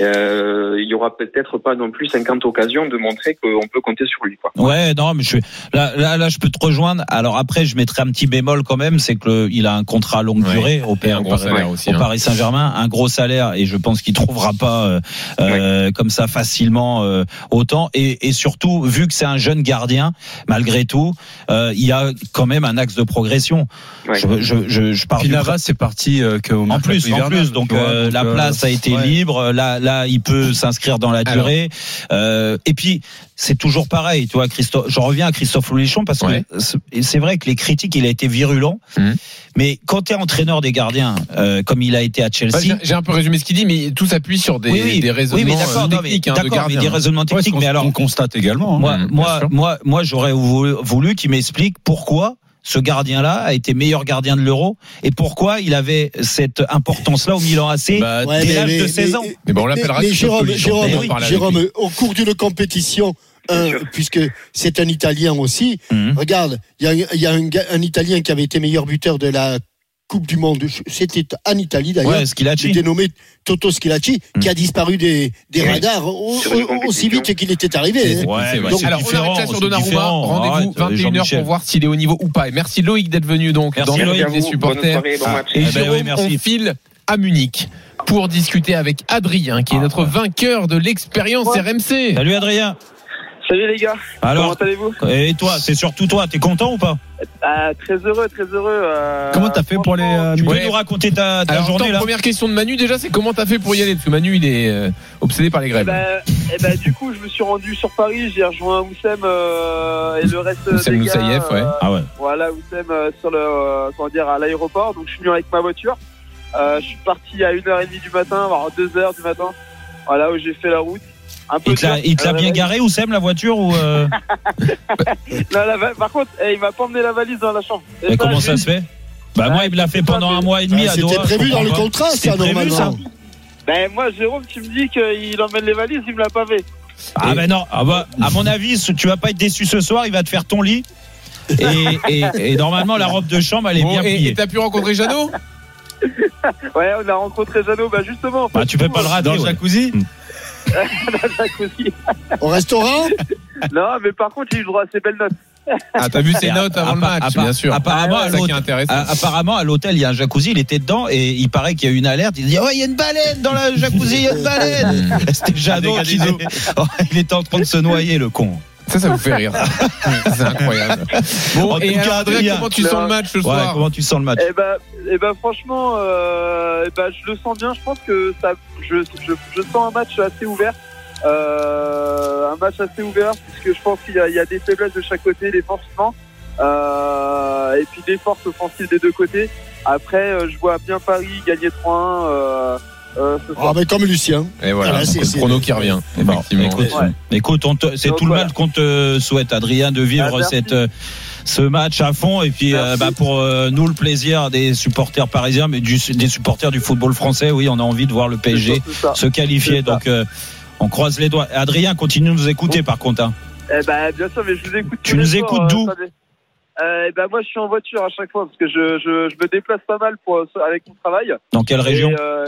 N: Euh, il y aura peut-être pas non plus 50 occasions de montrer qu'on peut compter sur lui. Quoi.
C: Ouais, non, mais je suis- là, là, là, je peux te rejoindre. Alors après, je mettrai un petit bémol quand même, c'est que le- il a un contrat à longue
D: Ouais.
C: durée au,
D: Et un gros
C: au-
D: salaire
C: au
D: aussi, hein.
C: Paris Saint-Germain, un gros salaire, et je pense qu'il trouvera pas euh, euh, comme ça facilement euh, autant. Et, et surtout, vu que c'est un jeune gardien, malgré tout, euh, il y a quand même un axe de progression. Je, je, je, je parle
J: Puis
C: du-
J: Navas, c'est parti euh, qu'au
C: en
J: mercato
C: plus, en
J: hivernal,
C: plus, donc
J: tu vois,
C: euh,
J: donc,
C: la
J: euh,
C: place a été
J: ouais.
C: libre. euh, Là, là, il peut s'inscrire dans la
J: Alors.
C: durée. Euh, et puis, c'est toujours pareil, tu vois, Christophe. J'en reviens à Christophe Loulichon parce
D: Ouais. Mmh.
C: que c'est- c'est vrai que les critiques, il a été virulent. Mais quand tu es entraîneur des gardiens, euh, comme il a été à Chelsea,
D: Bah, j'ai- J'ai un peu résumé ce qu'il dit, mais tout s'appuie sur des,
C: oui, oui,
D: des raisonnements
C: oui, mais d'accord,
D: euh,
C: non, mais-
D: techniques hein, de
C: d'accord, mais
D: gardiens.
C: des raisonnements techniques. mais alors, on
J: constate également. hein.
C: moi, moi, moi, moi, j'aurais voulu, voulu qu'il m'explique pourquoi. Ce gardien-là a été meilleur gardien de l'euro et pourquoi il avait cette importance-là au Milan AC
D: Euh,
K: Ouais, Bah, mais-
C: dès l'âge de
K: mais-
C: 16 ans.
K: mais-
D: Eh ben,
K: mais Jérôme, Jérôme, Jérôme, au cours d'une compétition, un, puisque c'est un Italien aussi,
D: Mhm.
K: regarde, il y a, il y a un, gars- un Italien qui avait été meilleur buteur de la Coupe du Monde, c'était en Italie d'ailleurs,
C: Ouais, Schilacci.
K: Il était nommé Toto Scilacci,
D: Mhm.
K: qui a disparu des, des radars au- au- aussi vite qu'il était arrivé. hein. Donc-
D: alors, on arrête là sur Donnarumma. Rendez-vous 21h pour voir s'il est au niveau ou pas. Et merci Loïc d'être venu donc
C: Merci
D: dans le
C: Loïc.
D: club des
C: Merci à vous. Bonne
D: supporters.
C: soirée, bon match.
D: Et
C: Ah, ben
D: Jérôme,
C: oui, merci.
D: on file à Munich pour discuter avec Adrien, qui est notre vainqueur de l'expérience RMC.
C: Ah. Salut Adrien.
O: Salut les gars.
C: Alors,
O: Comment allez-vous
C: et toi, c'est surtout toi, t'es content ou pas
O: Ah, Très heureux, très heureux. euh,
C: Comment t'as fait pour les Tu peux nous raconter ta, ta
D: Alors,
C: journée
D: attends,
C: là
D: première question de Manu déjà, c'est comment t'as fait pour y aller Parce que Manu, il est euh, obsédé par les
O: Eh
D: grèves.
O: ben, eh ben, du coup, je me suis rendu sur Paris, j'ai rejoint Oussem euh, et le reste
D: Oussem
O: des gars, euh,
D: Moussaïef, ouais. Ah ouais.
O: Voilà, Oussem euh, sur le, euh, comment dire, à l'aéroport. Donc, je suis venu avec ma voiture. Euh, je suis parti à 1h30 du matin, voire 2h du matin. Voilà, où j'ai fait la route. Un peu
C: Il te l'a-
O: dur, Euh,
C: il te l'a
O: à la
C: bien
O: veille.
C: garé ou sème la voiture ou euh,
O: Non, la va- par contre, eh, il m'a pas emmené la valise dans la chambre. Et
C: bah, Comment
O: j'ai
C: ça
O: eu-
C: se fait Bah moi il me l'a fait pendant un mois et demi
O: Bah,
C: à
O: c'était
C: Doha,
O: prévu
C: je
O: dans
C: comprends
O: le
C: pas.
O: contrat, ça,
C: C'était prévu,
O: normalement.
C: ça
O: Ben, moi, Jérôme, tu me dis qu'il emmène les valises, il me l'a pas fait.
C: Ah bah non, ah bah, à mon avis, ce- tu vas pas être déçu ce soir, il va te faire ton lit. Et, et- et normalement, la robe de chambre, elle est bien
D: et-
C: pliée.
D: et t'as pu rencontrer Jeannot
O: Ouais, on a rencontré Jeannot, bah justement.
C: Bah, tu peux pas le rater.
O: Dans le
C: jacuzzi
K: Au restaurant
O: Non, mais par contre, j'ai eu droit à ses belles notes.
D: Ah, t'as vu ses
C: Et
D: notes
C: appa-
D: avant le
C: appa-
D: match,
C: appa-
D: bien sûr.
C: Apparemment,
D: Ah ouais,
C: à
D: ça qui est
C: l'hôtel-
D: intéressant.
C: à- apparemment, à l'hôtel, il y a un jacuzzi, il était dedans et il paraît qu'il y a eu une alerte. Il dit Oh, il y a une baleine dans le jacuzzi, il y a une baleine
D: Ah,
C: C'était Jeannot qui Il était en train de se noyer, le con.
D: Ça, ça vous fait rire. c'est incroyable. Bon,
C: En
D: et
C: tout cas,
D: alors, Adrien,
C: Adrien.
D: comment tu sens le match ce
C: Ouais,
D: soir
C: comment tu sens le match
O: Eh ben, eh ben franchement, euh, eh ben, je le sens bien. Je pense que ça, je, je, je sens un match assez ouvert. Euh, un match assez ouvert, puisque je pense qu'il y, a- il y a des faiblesses de chaque côté, des forcements. Euh, et puis des forces offensives des deux côtés. Après, euh, je vois bien Paris gagner 3-1. Euh, euh, ce soir.
K: Ah, mais comme Lucien.
D: Et voilà,
K: Ah, là,
D: donc
K: c'est-
D: le
K: c'est-
D: prono qui revient. Effectivement.
C: Écoute,
O: Ouais.
C: écoute, on te- c'est
O: Donc,
C: tout le
O: voilà.
C: mal qu'on te souhaite, Adrien, de
O: Ah,
C: vivre
O: merci.
C: cette, euh, ce match à fond. Et puis, euh, bah, pour euh, nous, le plaisir des supporters parisiens, mais du- des supporters du football français, oui, on a envie de voir le PSG
O: surtout ça.
C: se qualifier. Donc, euh, on croise les doigts. Adrien, continue de nous écouter, par contre. hein.
O: Eh ben, bien sûr, mais je vous écoute.
C: Tu
O: tous les
C: nous
O: soirs,
C: écoutes
O: euh,
C: d'où
O: attendez. euh, eh ben, moi, je suis en voiture à chaque fois parce que je, je, je me déplace pas mal pour, euh, avec mon travail.
C: Dans quelle
O: Et,
C: région
O: euh,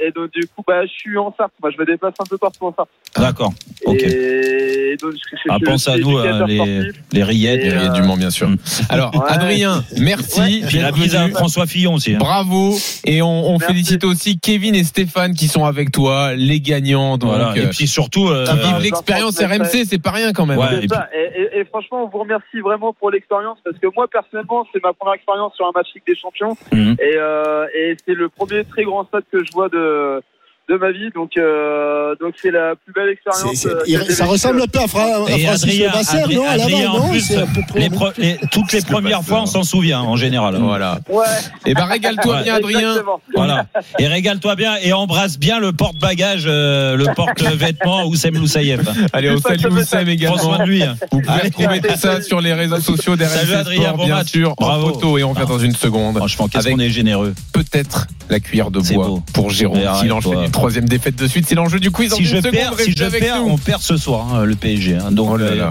O: Et donc, du coup, bah, je suis en Sarthe. Moi, je me déplace un peu partout en Sarthe.
K: Ah.
C: D'accord. Ok.
O: Et donc, je, je-
C: Ah,
O: je-
C: pense
O: je
C: à
O: suis
C: nous,
O: éducateur
C: hein, les,
O: sportif.
C: les rillettes.
O: Et, Les rillettes du
D: Mans, bien sûr. Alors, Adrien, merci.
C: Puis euh, la
D: d'être
C: bise à
D: venu.
C: François Fillon aussi. hein.
D: Bravo. Et on, on félicite aussi Kevin et Stéphane qui sont avec toi, les gagnants. Donc,
C: Voilà. Et
D: euh,
C: puis surtout, euh,
D: qui
O: Ah,
D: vivent l'expérience RMC, c'est pas rien quand même. hein.
C: Ouais,
O: C'est ça. Et, et- et franchement, on vous remercie vraiment pour l'expérience parce que moi, personnellement, c'est ma première expérience sur un match Ligue des Champions et, euh, et c'est le premier très grand stade que je vois de de ma vie. Donc, euh, donc c'est la plus belle expérience.
K: C'est-
O: euh,
K: il-
O: que j'ai
K: ça
O: vécue.
K: ressemble un peu à Fra- à
O: Et
K: Francis
O: Adrien-
K: Levasseur,
O: Adrien-
K: non À Laval,
O: Adrien, en
K: non
O: plus,
K: C'est à peu près
C: les
K: la même
C: pro- les- toutes les premières fois, on s'en souvient en général.
D: Voilà.
O: Ouais.
D: Et ben régale-toi bien, Adrien.
C: Voilà.
P: Et régale-toi bien et embrasse bien le porte-bagages, euh, le porte-vêtements Oussem Loussaïef.
D: Allez, on salue Oussem également.
P: Prends soin de lui. hein.
D: Vous pouvez
P: Allez.
D: retrouver tout ça sur les réseaux sociaux des
P: Salut,
D: RMC
P: Adrien,
D: Sport,
P: bon
D: bien
P: match.
D: sûr,
P: Bravo.
D: en photo. Et on revient dans une seconde.
C: Ah, Franchement, qu'est-ce
D: Avec
C: qu'on est généreux.
D: Peut-être la cuillère de bois pour Jérôme.
C: Mais
D: S'il
C: arrête,
D: enchaîne
C: toi.
D: une troisième défaite de suite, c'est l'enjeu du quiz. en
C: Si
D: une
C: je
D: seconde,
C: perds, si
D: restez
C: je
D: avec
C: perds,
D: nous. Oh
C: on perd ce soir hein, le PSG. hein. Donc, euh,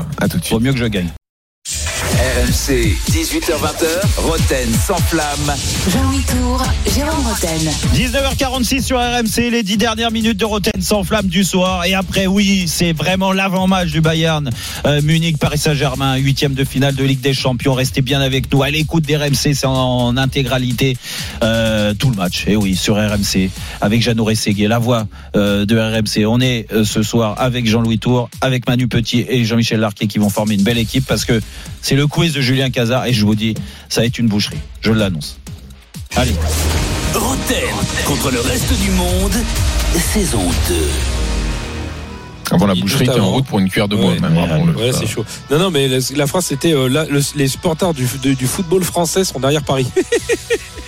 C: vaut mieux que je gagne.
M: RMC, 18h20, Roten sans flamme.
B: Jean-Louis Tour, Jérôme Roten.
P: 19h46 sur RMC, les 10 dernières minutes de Rotten sans flamme du soir. Et après, oui, c'est vraiment l'avant-match du Bayern. Euh, Munich, Paris Saint-Germain, huitième de finale de Ligue des Champions. Restez bien avec nous. À l'écoute des RMC, c'est en, en intégralité euh, tout le match. Et oui, sur RMC, avec Jeannot Rességuier, la voix euh, de RMC. On est euh, ce soir avec Jean-Louis Tour, avec Manu Petit et Jean-Michel Larquet qui vont former une belle équipe parce que c'est le quiz de Julien Cazard. Et je vous dis, ça va être une boucherie. Je l'annonce. Allez.
M: Roten contre le reste du monde, saison 2.
D: Avant la boucherie qui est en route pour une cuillère de bois.
E: Ouais.
D: même, rappelons-le.
E: Ouais, c'est chaud. Non, non, mais la, la phrase c'était euh, la- le- les supporters du, du- du football français sont derrière Paris.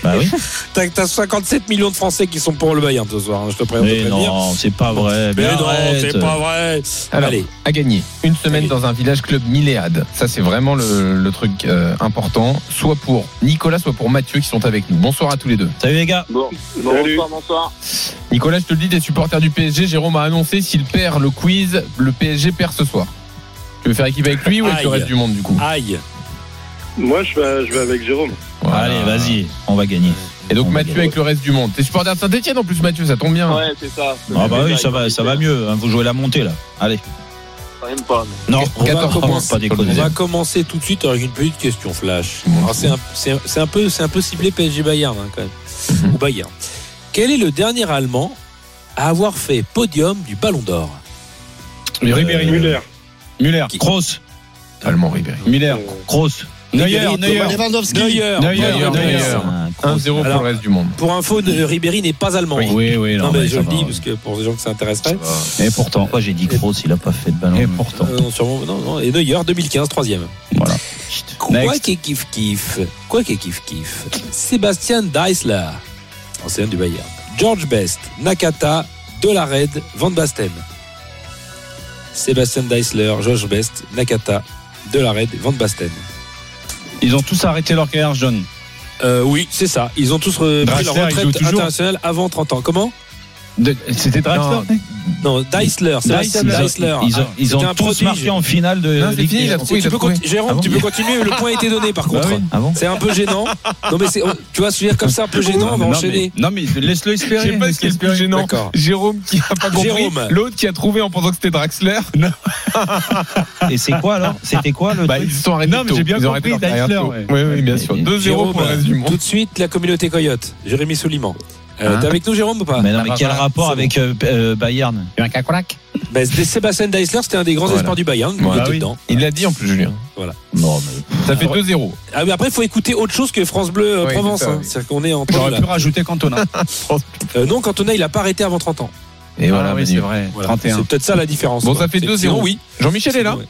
C: Bah oui.
E: T'as t'as 57 millions de Français qui sont pour le Bayern ce soir. hein, je te pré-
C: Mais
E: te préviens.
C: non, c'est pas vrai.
E: Mais non,
C: arrête.
E: c'est pas vrai.
D: Alors,
E: Allez.
D: à gagner. Une semaine dans un village club milléade. Ça, c'est vraiment le, le truc euh, important. Soit pour Nicolas, soit pour Mathieu qui sont avec nous. Bonsoir à tous les deux.
P: Salut les gars.
G: Bon, bonsoir, bonsoir.
D: Nicolas, je te le dis, des supporters du PSG, Jérôme a annoncé s'il perd le quiz, le PSG perd ce soir. Tu veux faire équipe avec lui ou avec le
G: Aïe.
D: reste du monde du coup
E: Aïe.
G: Moi, je vais, je vais avec Jérôme.
C: Allez, vas-y, on va gagner.
D: Et donc
C: On va
D: Mathieu avec le reste du monde. T'es supporter de Saint-Etienne en plus Mathieu, ça tombe bien.
G: Ouais, c'est ça.
C: Ah bah oui, ça va, ça va mieux. hein. Vous jouez la montée là. Allez.
G: Quand même pas.
C: Non,
E: On va,
C: 14,
E: commencer,
C: pas déconner.
E: on va commencer tout de suite avec une petite question flash. Alors, C'est un, c'est un- c'est un peu, c'est un peu ciblé PSG Bayern hein, quand même. Ou Bayern. Quel est le dernier Allemand à avoir fait podium du Ballon d'Or
J: Ribéry.
G: Müller.
J: Müller.
E: Qui-
J: Kroos.
D: Allemand Ribéry.
J: Müller.
C: Kroos.
J: Neuer.
E: Ribéry,
J: Neuer.
E: Lewandowski. Neuer.
J: Neuer. Neuer.
D: 1-0 pour
E: Alors,
D: le reste du monde.
E: Pour info, ne- Ribéry n'est pas allemand.
C: Oui, oui, oui,
E: non,
C: non,
E: mais,
C: mais
E: je
C: ça
E: le
C: va,
E: dis
C: ouais.
E: parce que pour les gens que ça intéresse pas.
C: Et pourtant, quoi, j'ai dit Kroos, il a pas fait de ballon. Et pourtant.
E: Euh, non, sûrement, non, non. Et Neuer, 2015, troisième.
C: Voilà.
E: Quoi
C: Next.
E: qu'il kiffe, kiffe. Quoi qu'il kiffe, kiffe. Sébastien Deisler, ancien du Bayern. George Best, Nakata, Delared, Van Basten. Sébastien Deisler, George Best, Nakata, Delared, Van Basten.
J: Ils ont tous arrêté leur carrière jeune.
E: Euh, oui, c'est ça. Ils ont tous euh,
J: Draxler,
E: pris leur
J: il joue
E: retraite
J: toujours
E: internationale avant 30 ans. Comment
J: De- C'était Draxler
E: Non, Non, Deisler, Sébastien
J: Deisler.
E: Deisler.
J: Ils ont-
D: Ah,
J: ils ont
E: C'était un
J: tous
E: prodige.
J: marqué en
C: finale de
J: Non, c'est Ligue fini, des il a Champions. trouvé,
E: Tu
J: il a
E: peux
J: trouvé.
E: conti- Jérôme,
J: Ah
E: tu
J: bon
E: peux continuer, le point a été donné par contre.
J: Bah oui. Ah bon
E: c'est un peu gênant. Non mais c'est, on- tu vas se dire comme ça un peu gênant, on va
J: Non, mais-
E: enchaîner.
J: Non mais laisse-le
D: Je
J: espérer.
D: sais pas ce qui est le plus gênant.
E: D'accord.
D: Jérôme qui a pas compris.
E: Jérôme.
D: L'autre qui a trouvé en pensant que c'était Draxler.
C: Et c'est quoi alors C'était quoi le
D: Bah,
C: truc
D: ils se sont arrêtés
J: Non, mais
D: tôt.
J: j'ai bien
D: Ils ont arrêté
J: compris,
D: leur carrière
J: Draxler,
D: tôt. Oui, oui, bien sûr. 2-0 pour le reste du monde.
E: Tout de suite, la communauté coyote. Jérémy Soliman. Euh,
C: Hein bah,
E: T'es avec nous, Jérôme, ou pas
C: Mais non, mais
E: Ah,
C: quel
E: voilà,
C: rapport
E: c'est
C: avec euh, euh, Bayern
D: un cacolac.
E: bon. Bah, c'était Sébastien Deisler, c'était un des grands
D: Voilà.
E: espoirs du Bayern.
D: Voilà.
E: Bah il
D: Ah
E: était
D: oui.
E: dedans.
D: Il l'a dit en plus, Julien.
E: Voilà.
C: Non, mais.
D: Ça fait 2-0.
E: Ah, mais après, il faut écouter autre chose que France Bleu euh,
D: Oui,
E: Provence.
D: c'est ça,
E: hein.
D: oui.
E: C'est-à-dire qu'on est en
J: J'aurais
E: Provence,
J: pu
E: là.
J: rajouter Cantona.
E: Euh, Non, Cantona, il a pas arrêté avant 30 ans.
D: Et voilà,
J: Ah oui,
D: Manu.
J: c'est vrai.
E: Voilà.
J: 31.
E: C'est peut-être ça la différence.
D: Bon,
E: quoi.
D: ça fait
E: C'est-
D: 2-0.
E: sinon, Oui.
D: Jean-Michel est là
K: Oui,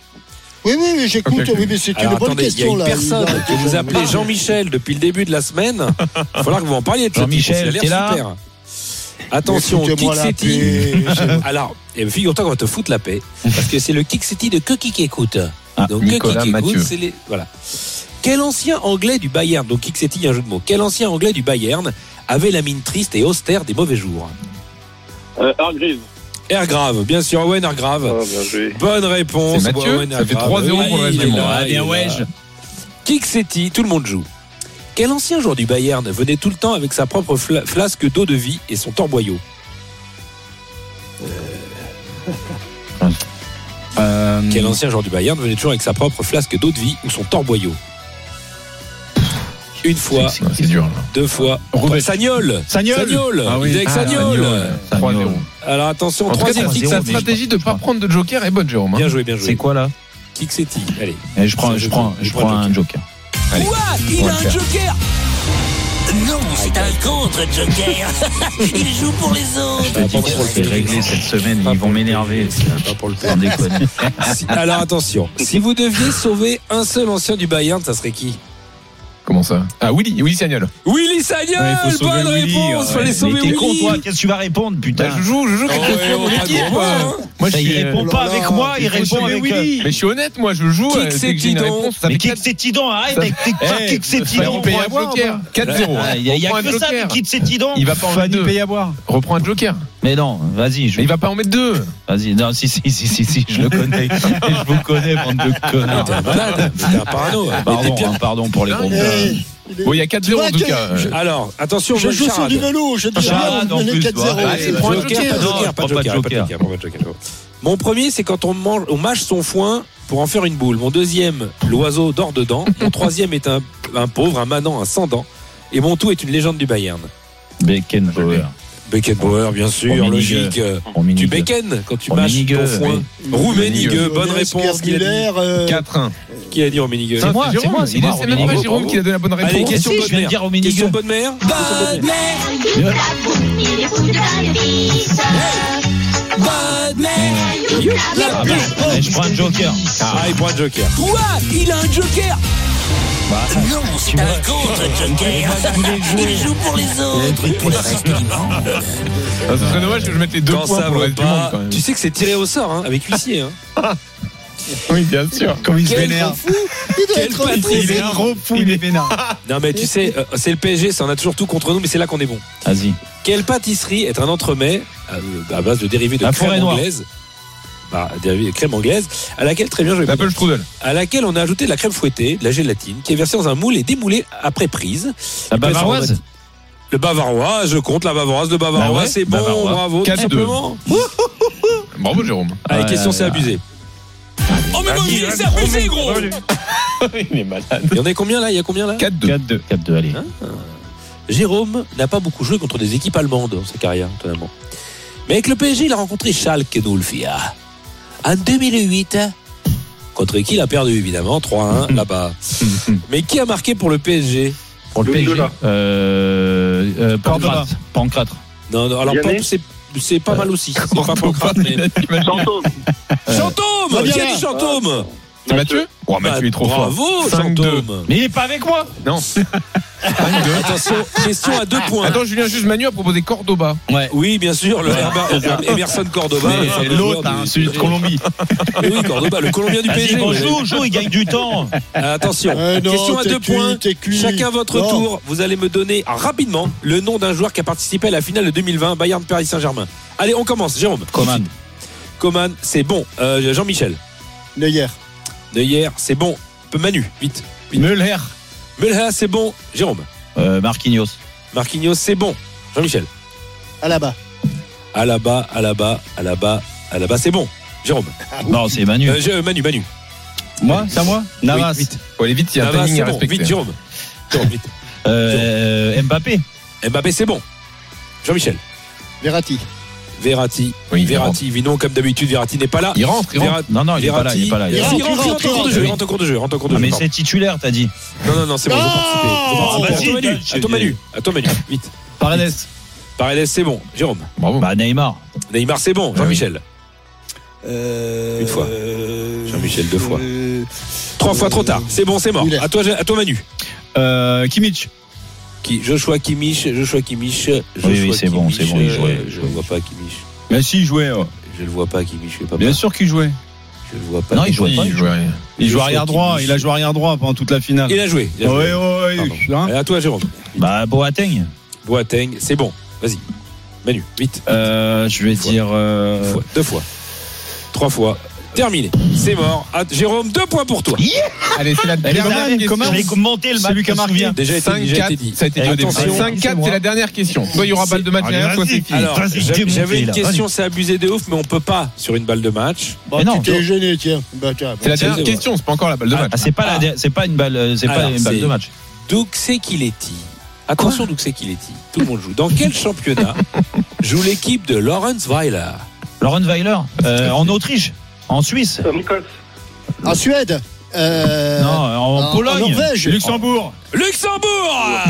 K: oui, oui, j'écoute.
D: Ok, ok.
K: Oui, mais c'est une
E: Alors,
K: bonne
E: attendez,
K: question.
E: Il y a une
K: là.
E: personne
K: Il a-
E: que vous appelez
K: Ah,
E: Jean-Michel depuis le début de la semaine. Il va falloir que vous en parliez de ce
C: Jean-Michel,
E: type,
C: t'es
E: il a
C: là
E: l'air super. Attention,
K: Mais foutez-moi la
E: Kick
K: paix, c'est bon.
E: Alors, eh, figure-toi qu'on va te foutre la paix. Parce que c'est le Kick City de Koki qui écoute.
M: Ah,
J: Ah,
E: Donc, Koki
D: Nicolas
E: qui écoute,
D: Mathieu.
E: c'est les. Voilà. Quel ancien anglais du Bayern, donc Kick City, il y a un jeu de mots. Quel ancien anglais du Bayern avait la mine triste et austère des mauvais jours
G: Euh, Earl Grey.
E: Air grave, bien sûr, Owen Air grave.
G: Ah, bien joué.
E: Bonne réponse.
D: C'est Mathieu.
E: Owen
D: Ça fait
E: Agra.
D: 3-0
E: Oui,
D: pour le reste
E: il
D: du
E: est
D: monde.
E: là,
D: Ah,
E: il est
D: bien,
E: là.
D: ouais, je-
E: Kick City, tout le monde joue. Quel ancien joueur du Bayern venait tout le temps avec sa propre fla- flasque d'eau de vie et son torboyau Euh, Quel ancien joueur du Bayern venait toujours avec sa propre flasque d'eau de vie ou son torboyau Une fois,
D: C'est dur.
E: deux fois,
D: Roubaix.
E: Sagnol
D: Sagnol Ah oui.
E: Il est avec
D: Ah,
E: Sagnol
D: Sagnol. 3-0.
E: Alors attention,
D: En tout cas,
E: troisième kick,
D: sa stratégie de ne pas prendre de joker est bonne, Jérôme. hein.
E: Bien joué, bien joué.
C: C'est quoi là
E: Kick City. Allez.
C: Eh, Je prends, je prends, je prends un joker.
E: Allez.
M: Quoi
C: On
M: Il
C: va
M: a
C: le
M: un
C: faire.
M: joker Non, c'est un contre joker. Il joue pour les autres.
C: Je
E: Ah,
C: te dis que c'est réglé cette semaine, ils vont m'énerver. Sans déconner.
E: Si- Alors attention, si vous deviez sauver un seul ancien du Bayern, ça serait qui
D: Comment ça Ah, Willy, Willy Sagnol.
E: Willy Sagnol
D: Ouais, il faut sauver
E: Bonne
D: Willy,
E: réponse
D: ouais.
E: Fallait
D: Mais
E: sauver
D: t'es
E: Willy
D: con, toi,
C: Qu'est-ce que tu vas répondre, putain
D: Je joue, je joue
E: Ah
D: quelque
E: ouais,
D: chose
E: on
D: pour l'équipe,
E: raconte
D: moi.
E: pas, hein.
D: Moi, je
E: Ça, il
D: suis-
E: répond
D: Oh là
P: pas
D: là,
P: avec moi, il
D: faut
P: répond
D: jouer
P: avec,
D: Willy.
P: euh,
D: Mais je suis honnête, moi, je joue.
P: Kick,
D: euh, dès
P: c'est
D: que j'ai une
P: Tidon.
D: réponse, ça
P: Mais
D: fait
P: kick,
D: quatre-
P: c'est Tidon, arrête
D: Ça-
P: avec tes
D: Eh,
P: kick, c'est
D: faut
P: Tidon.
D: payer
P: on
D: un
P: prend un
D: joker. 4-0.
C: Ah, il y a- il y a
D: Reprends un
C: que
P: ça,
D: joker.
P: mais kick, c'est Tidon.
D: Il va pas en mettre
J: Fanny
D: deux.
J: Payaboire.
D: Reprends un joker.
C: Mais non, vas-y. Je...
D: Mais il va pas en mettre deux.
C: Vas-y, non, si, si, si, si, si, je le connais. je vous connais, bande de connards.
E: T'es un malade, mais t'es un parano. Mais t'es
C: Pardon,
E: pire-
C: hein, pardon pour les
D: Non,
C: gros
D: mais-
C: mots.
D: Bon, il y a 4-0 en
K: Tu
D: tout
K: vois,
D: cas.
K: je-
E: Alors, attention,
K: Je
E: je
K: joue sur du vélo, je dis
C: Charade,
K: rien, on
C: en
K: menait
C: plus,
K: 4-0.
C: bah,
D: allez,
K: Ouais,
D: prends
K: ouais.
D: un
E: Joker, pas de
C: Non,
E: joker, pas de joker, pas de joker, pas de joker. Mon premier, c'est quand on mange, on mâche son foin pour en faire une boule. Mon deuxième, l'oiseau dort dedans. Mon troisième est un, un pauvre, un manant, un sans dents. Et mon tout est une légende du Bayern.
C: Beckenbauer.
E: Beckenbauer, bien sûr,
C: Rummenigge.
E: logique. euh, Tu
C: Rummenigge.
E: becken quand tu mâches
C: Rummenigge,
E: ton foin. Rummenigge, bonne
K: Jonas
E: réponse. Qui a dit,
K: Kermuller, euh,
D: 4-1.
E: qui a dit Rummenigge
C: C'est moi, c'est moi, c'est
D: Il
C: moi.
D: ne sait même pas
C: Romanigo.
D: Jérôme qui a donné la bonne
E: Allez,
D: réponse.
E: question
C: si, je
E: bonne
C: viens de
E: mère.
C: dire Rummenigge.
E: Question bonne mère. Bonne mère. Bonne mère. La
C: Ah,
E: pute.
C: bah, allez, je prends un joker.
E: Ah, il prend un joker. Ah,
M: Quoi Il a un joker
C: Bah,
M: Non, c'est un contre joker. Il joue pour les autres. Pour le reste du monde.
D: Ah, Ce serait dommage que je mette les deux
E: Quand
D: points
E: ça
D: pour le
E: va
D: reste du monde. quand
E: pas,
D: même.
E: tu sais que c'est tiré au sort, hein, avec huissier. Hein.
D: Oui, bien sûr.
J: Comme il se
E: Quel
J: vénère.
K: Il doit
E: Quel
K: être en
E: patron.
K: fou.
J: Il est un gros fou, il est vénère.
E: Non mais tu sais, euh, c'est le PSG, ça en a toujours tout contre nous, mais c'est là qu'on est bon.
C: Vas-y.
E: Quelle pâtisserie est un entremets euh, à- à base de dérivés de
C: La forêt
E: crème
C: noire.
E: anglaise bah, dérivés de crème anglaise, à laquelle très bien je vais
D: L'Apple Strudel.
E: à laquelle on a ajouté de la crème fouettée, de la gélatine, qui est versée dans un moule et démoulée après prise.
C: La
E: Il peut être
C: bavaroise
E: Le bavarois, je compte la bavaroise,
D: Ah,
E: le bavarois,
C: Bah ouais,
E: c'est bon,
C: Bavarois.
E: bravo. tout
D: 4-2.
E: simplement.
D: Bravo, Jérôme.
E: Allez,
C: Ouais,
E: question, c'est
C: ouais.
E: abusé.
M: Oh, mais bon, il s'est abusé, gros
D: Il est malade.
E: Il y en a combien là Il y a combien là Ah.
D: 4-2.
C: 4-2. 4-2, allez.
E: Jérôme n'a pas beaucoup joué contre des équipes allemandes dans sa carrière, étonnamment. Mais avec le PSG, il a rencontré Schalke 04. En 2008, contre qui il a perdu évidemment 3-1 là-bas. Mais qui a marqué pour le PSG
C: Pour le PSG. Euh, euh, Pancrate. Pancrate.
E: Non, non, alors
Q: Vianney
E: Pamp, c'est c'est pas mal aussi. C'est pas Pancrate, mais-
Q: Fantôme.
E: Chantôme Qui a
K: Vianney.
E: dit Chantôme
D: C'est Mathieu Oh, Mathieu est trop fort.
E: Bravo,
D: 5-2.
E: Chantôme
C: Mais il est pas avec moi
D: Non. 5-2.
E: Attention, question à deux points.
D: Ah. Attends, Julien, juste Manu a proposé Cordoba.
C: Ouais.
E: Oui, bien sûr, le Herba- euh, Emerson Cordoba. le fameux joueur
J: L'autre,
E: du-
J: hein, celui de Colombie.
E: Oui, oui, Cordoba, le Colombien du
P: Vas-y,
E: PSG.
P: bon,
E: oui.
P: joue, joue, il gagne du temps.
E: Ah, Attention,
K: Eh non,
E: question à
K: t'es
E: deux
K: cuit,
E: points.
K: t'es cuit.
E: Chacun votre
K: Non.
E: tour. Vous allez me donner ah, rapidement le nom d'un joueur qui a participé à la finale de 2020, Bayern Paris Saint-Germain. Allez, on commence. Jérôme.
C: Coman.
E: Coman, c'est bon. Euh, Jean-Michel.
K: Neuer,
E: Neuer, c'est bon. Manu, vite.
J: Müller.
E: Mulha, c'est bon. Jérôme.
C: Euh, Marquinhos.
E: Marquinhos, c'est bon. Jean-Michel.
K: Alaba.
E: Alaba, Alaba, Alaba, Alaba, c'est bon. Jérôme.
C: Non, c'est Manu.
E: Euh, je- euh, Manu, Manu.
J: Moi, c'est à moi Navas.
D: Faut aller vite, il y a un
E: Navas,
D: timing
E: c'est
D: à
E: bon.
D: respecter.
E: Vite, Jérôme. Jérôme, vite.
C: Euh, Mbappé.
E: hein. Mbappé, c'est bon. Jean-Michel.
K: Verratti.
E: Verratti.
D: Oui, il
E: Verratti, Vinon, comme d'habitude, Verratti n'est pas là.
D: Il rentre, il rentre.
E: Verratti.
C: Non, non, il est pas là, il est pas là. il est pas là.
E: Verratti, il rentre, il rentre en cours de jeu, il rentre en cours de jeu, il rentre en cours de
C: Ah,
E: jeu,
C: mais
E: pardon.
C: c'est titulaire, t'as dit.
E: Non, non, non, c'est bon, je vais participer. Je vais participer.
J: Ah,
P: Vas-y,
E: À toi, Manu, à toi, Manu, vite.
C: Paredes.
E: Paredes, c'est bon. Jérôme.
D: Bravo.
C: Bah, Neymar.
E: Neymar, c'est bon. Jean-Michel.
K: Euh,
E: Une fois.
K: euh,
E: Jean-Michel, deux fois.
K: euh,
E: Trois fois trop tard. C'est bon, c'est mort.
K: Müller.
E: À toi, à toi, Manu.
J: Euh, Kimmich.
E: Qui Joshua Kimmich, Joshua Kimmich. Joshua
C: oui, c'est bon,
E: Kimmich,
C: c'est bon, il
E: euh,
C: jouait, il
E: Je
C: jouait.
E: le vois pas, Kimmich.
J: Mais si, il jouait. oh.
E: Je le vois pas, Kimmich. Je, sais pas
J: Bien sûr qu'il jouait.
E: je le vois pas.
C: Non, il joue
D: Oui,
C: pas.
D: il joue rien.
J: Il joue
E: Joshua
J: arrière droit.
E: Kimmich.
J: Il a joué arrière droit pendant toute la finale.
E: Il a joué. il a
J: Ouais,
E: joué.
J: ouais, ouais. hein.
E: Allez, à toi, Jérôme.
C: Bah, Boateng.
E: Boateng, c'est bon. Vas-y. Manu, vite.
C: Euh, je vais
E: Fois.
C: dire. euh,
E: Fois. Deux fois. Trois fois. Terminé. C'est mort. Ah, Jérôme, deux points pour toi.
D: Allez, c'est la dernière question.
E: Celui qui a marqué. Déjà, été dit, déjà été dit.
D: Ça a été dit au début. 5-4, c'est la dernière question. Soit il y aura balle de match derrière, soit c'est fini.
E: Alors, j'avais- j'avais une question, c'est abusé de ouf, mais on peut pas sur une balle de match.
K: Bah, tu t'es gêné, tiens. Bah, tiens,
D: C'est la dernière
K: bon.
D: Ah question, c'est pas encore la balle de match. hein.
C: Ah, c'est pas, la dé- c'est pas une balle, euh, c'est pas
E: Alors,
C: une balle
E: c'est-
C: de match.
E: Duxekiletti. Attention, Duxekiletti. Tout le monde joue. Dans quel championnat joue l'équipe de Lawrence Weiler
C: Laurent Weiler, euh, en Autriche, en Suisse.
K: En Suède euh,
C: Non, en Pologne.
K: Norvège.
R: Luxembourg.
E: Luxembourg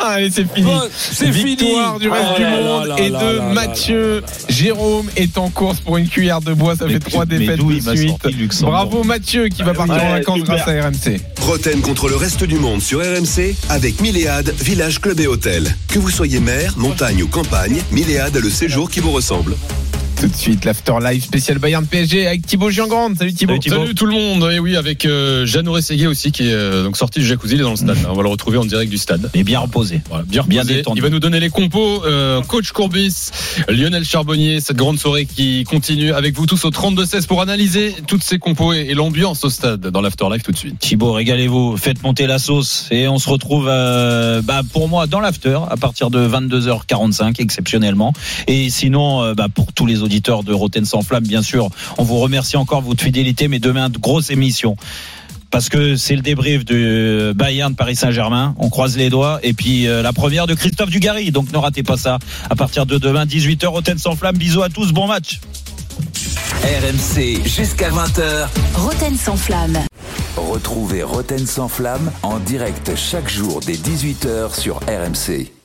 D: Allez, c'est fini.
E: Bon, c'est fini.
D: Victoire du reste
E: Oh
D: du
E: là là
D: monde
E: là
D: et
E: là
D: de
E: là là
D: Mathieu. Jérôme est en course pour une cuillère de bois. Ça fait trois
C: mais
D: défaites
C: d'où
D: de
C: il m'a sorti le
D: suite.
C: Luxembourg
D: Bravo Mathieu qui va partir en vacances grâce à RMC.
S: Roten contre le reste du monde sur RMC avec Milléade, village, club et hôtel. Que vous soyez mer, montagne ou campagne, Milléade a le séjour qui vous ressemble.
D: Tout de suite, l'after live spécial Bayern PSG avec Thibaut Giangrande. Salut Thibaut.
I: Salut tout le monde. Et oui, avec euh, Jeannot Rességuier aussi qui est euh, donc sorti du jacuzzi il est dans le stade. là. On va le retrouver en direct du stade.
C: Et bien reposé.
I: Voilà, bien,
C: Bien
I: reposé.
C: détendu.
I: Il va nous donner les compos. euh, Coach Courbis, Lionel Charbonnier, cette grande soirée qui continue avec vous tous au 32-16 pour analyser toutes ces compos et, et l'ambiance au stade dans l'afterlife tout de suite.
C: Thibaut, régalez-vous, faites monter la sauce et on se retrouve euh, bah, pour moi dans l'after à partir de 22h45 exceptionnellement. Et sinon, euh, bah, pour tous les auditeurs de Roten sans flamme, bien sûr, on vous remercie encore de votre fidélité, mais demain, de grosse émission. Parce que c'est le débrief du Bayern de Paris Saint-Germain. On croise les doigts. Et puis euh, la première de Christophe Dugarry. Donc ne ratez pas ça. À partir de demain, 18h, Roten sans flamme. Bisous à tous. Bon match.
M: RMC jusqu'à 20h.
B: Roten sans flamme.
M: Retrouvez Roten sans flamme en direct chaque jour dès 18h sur RMC.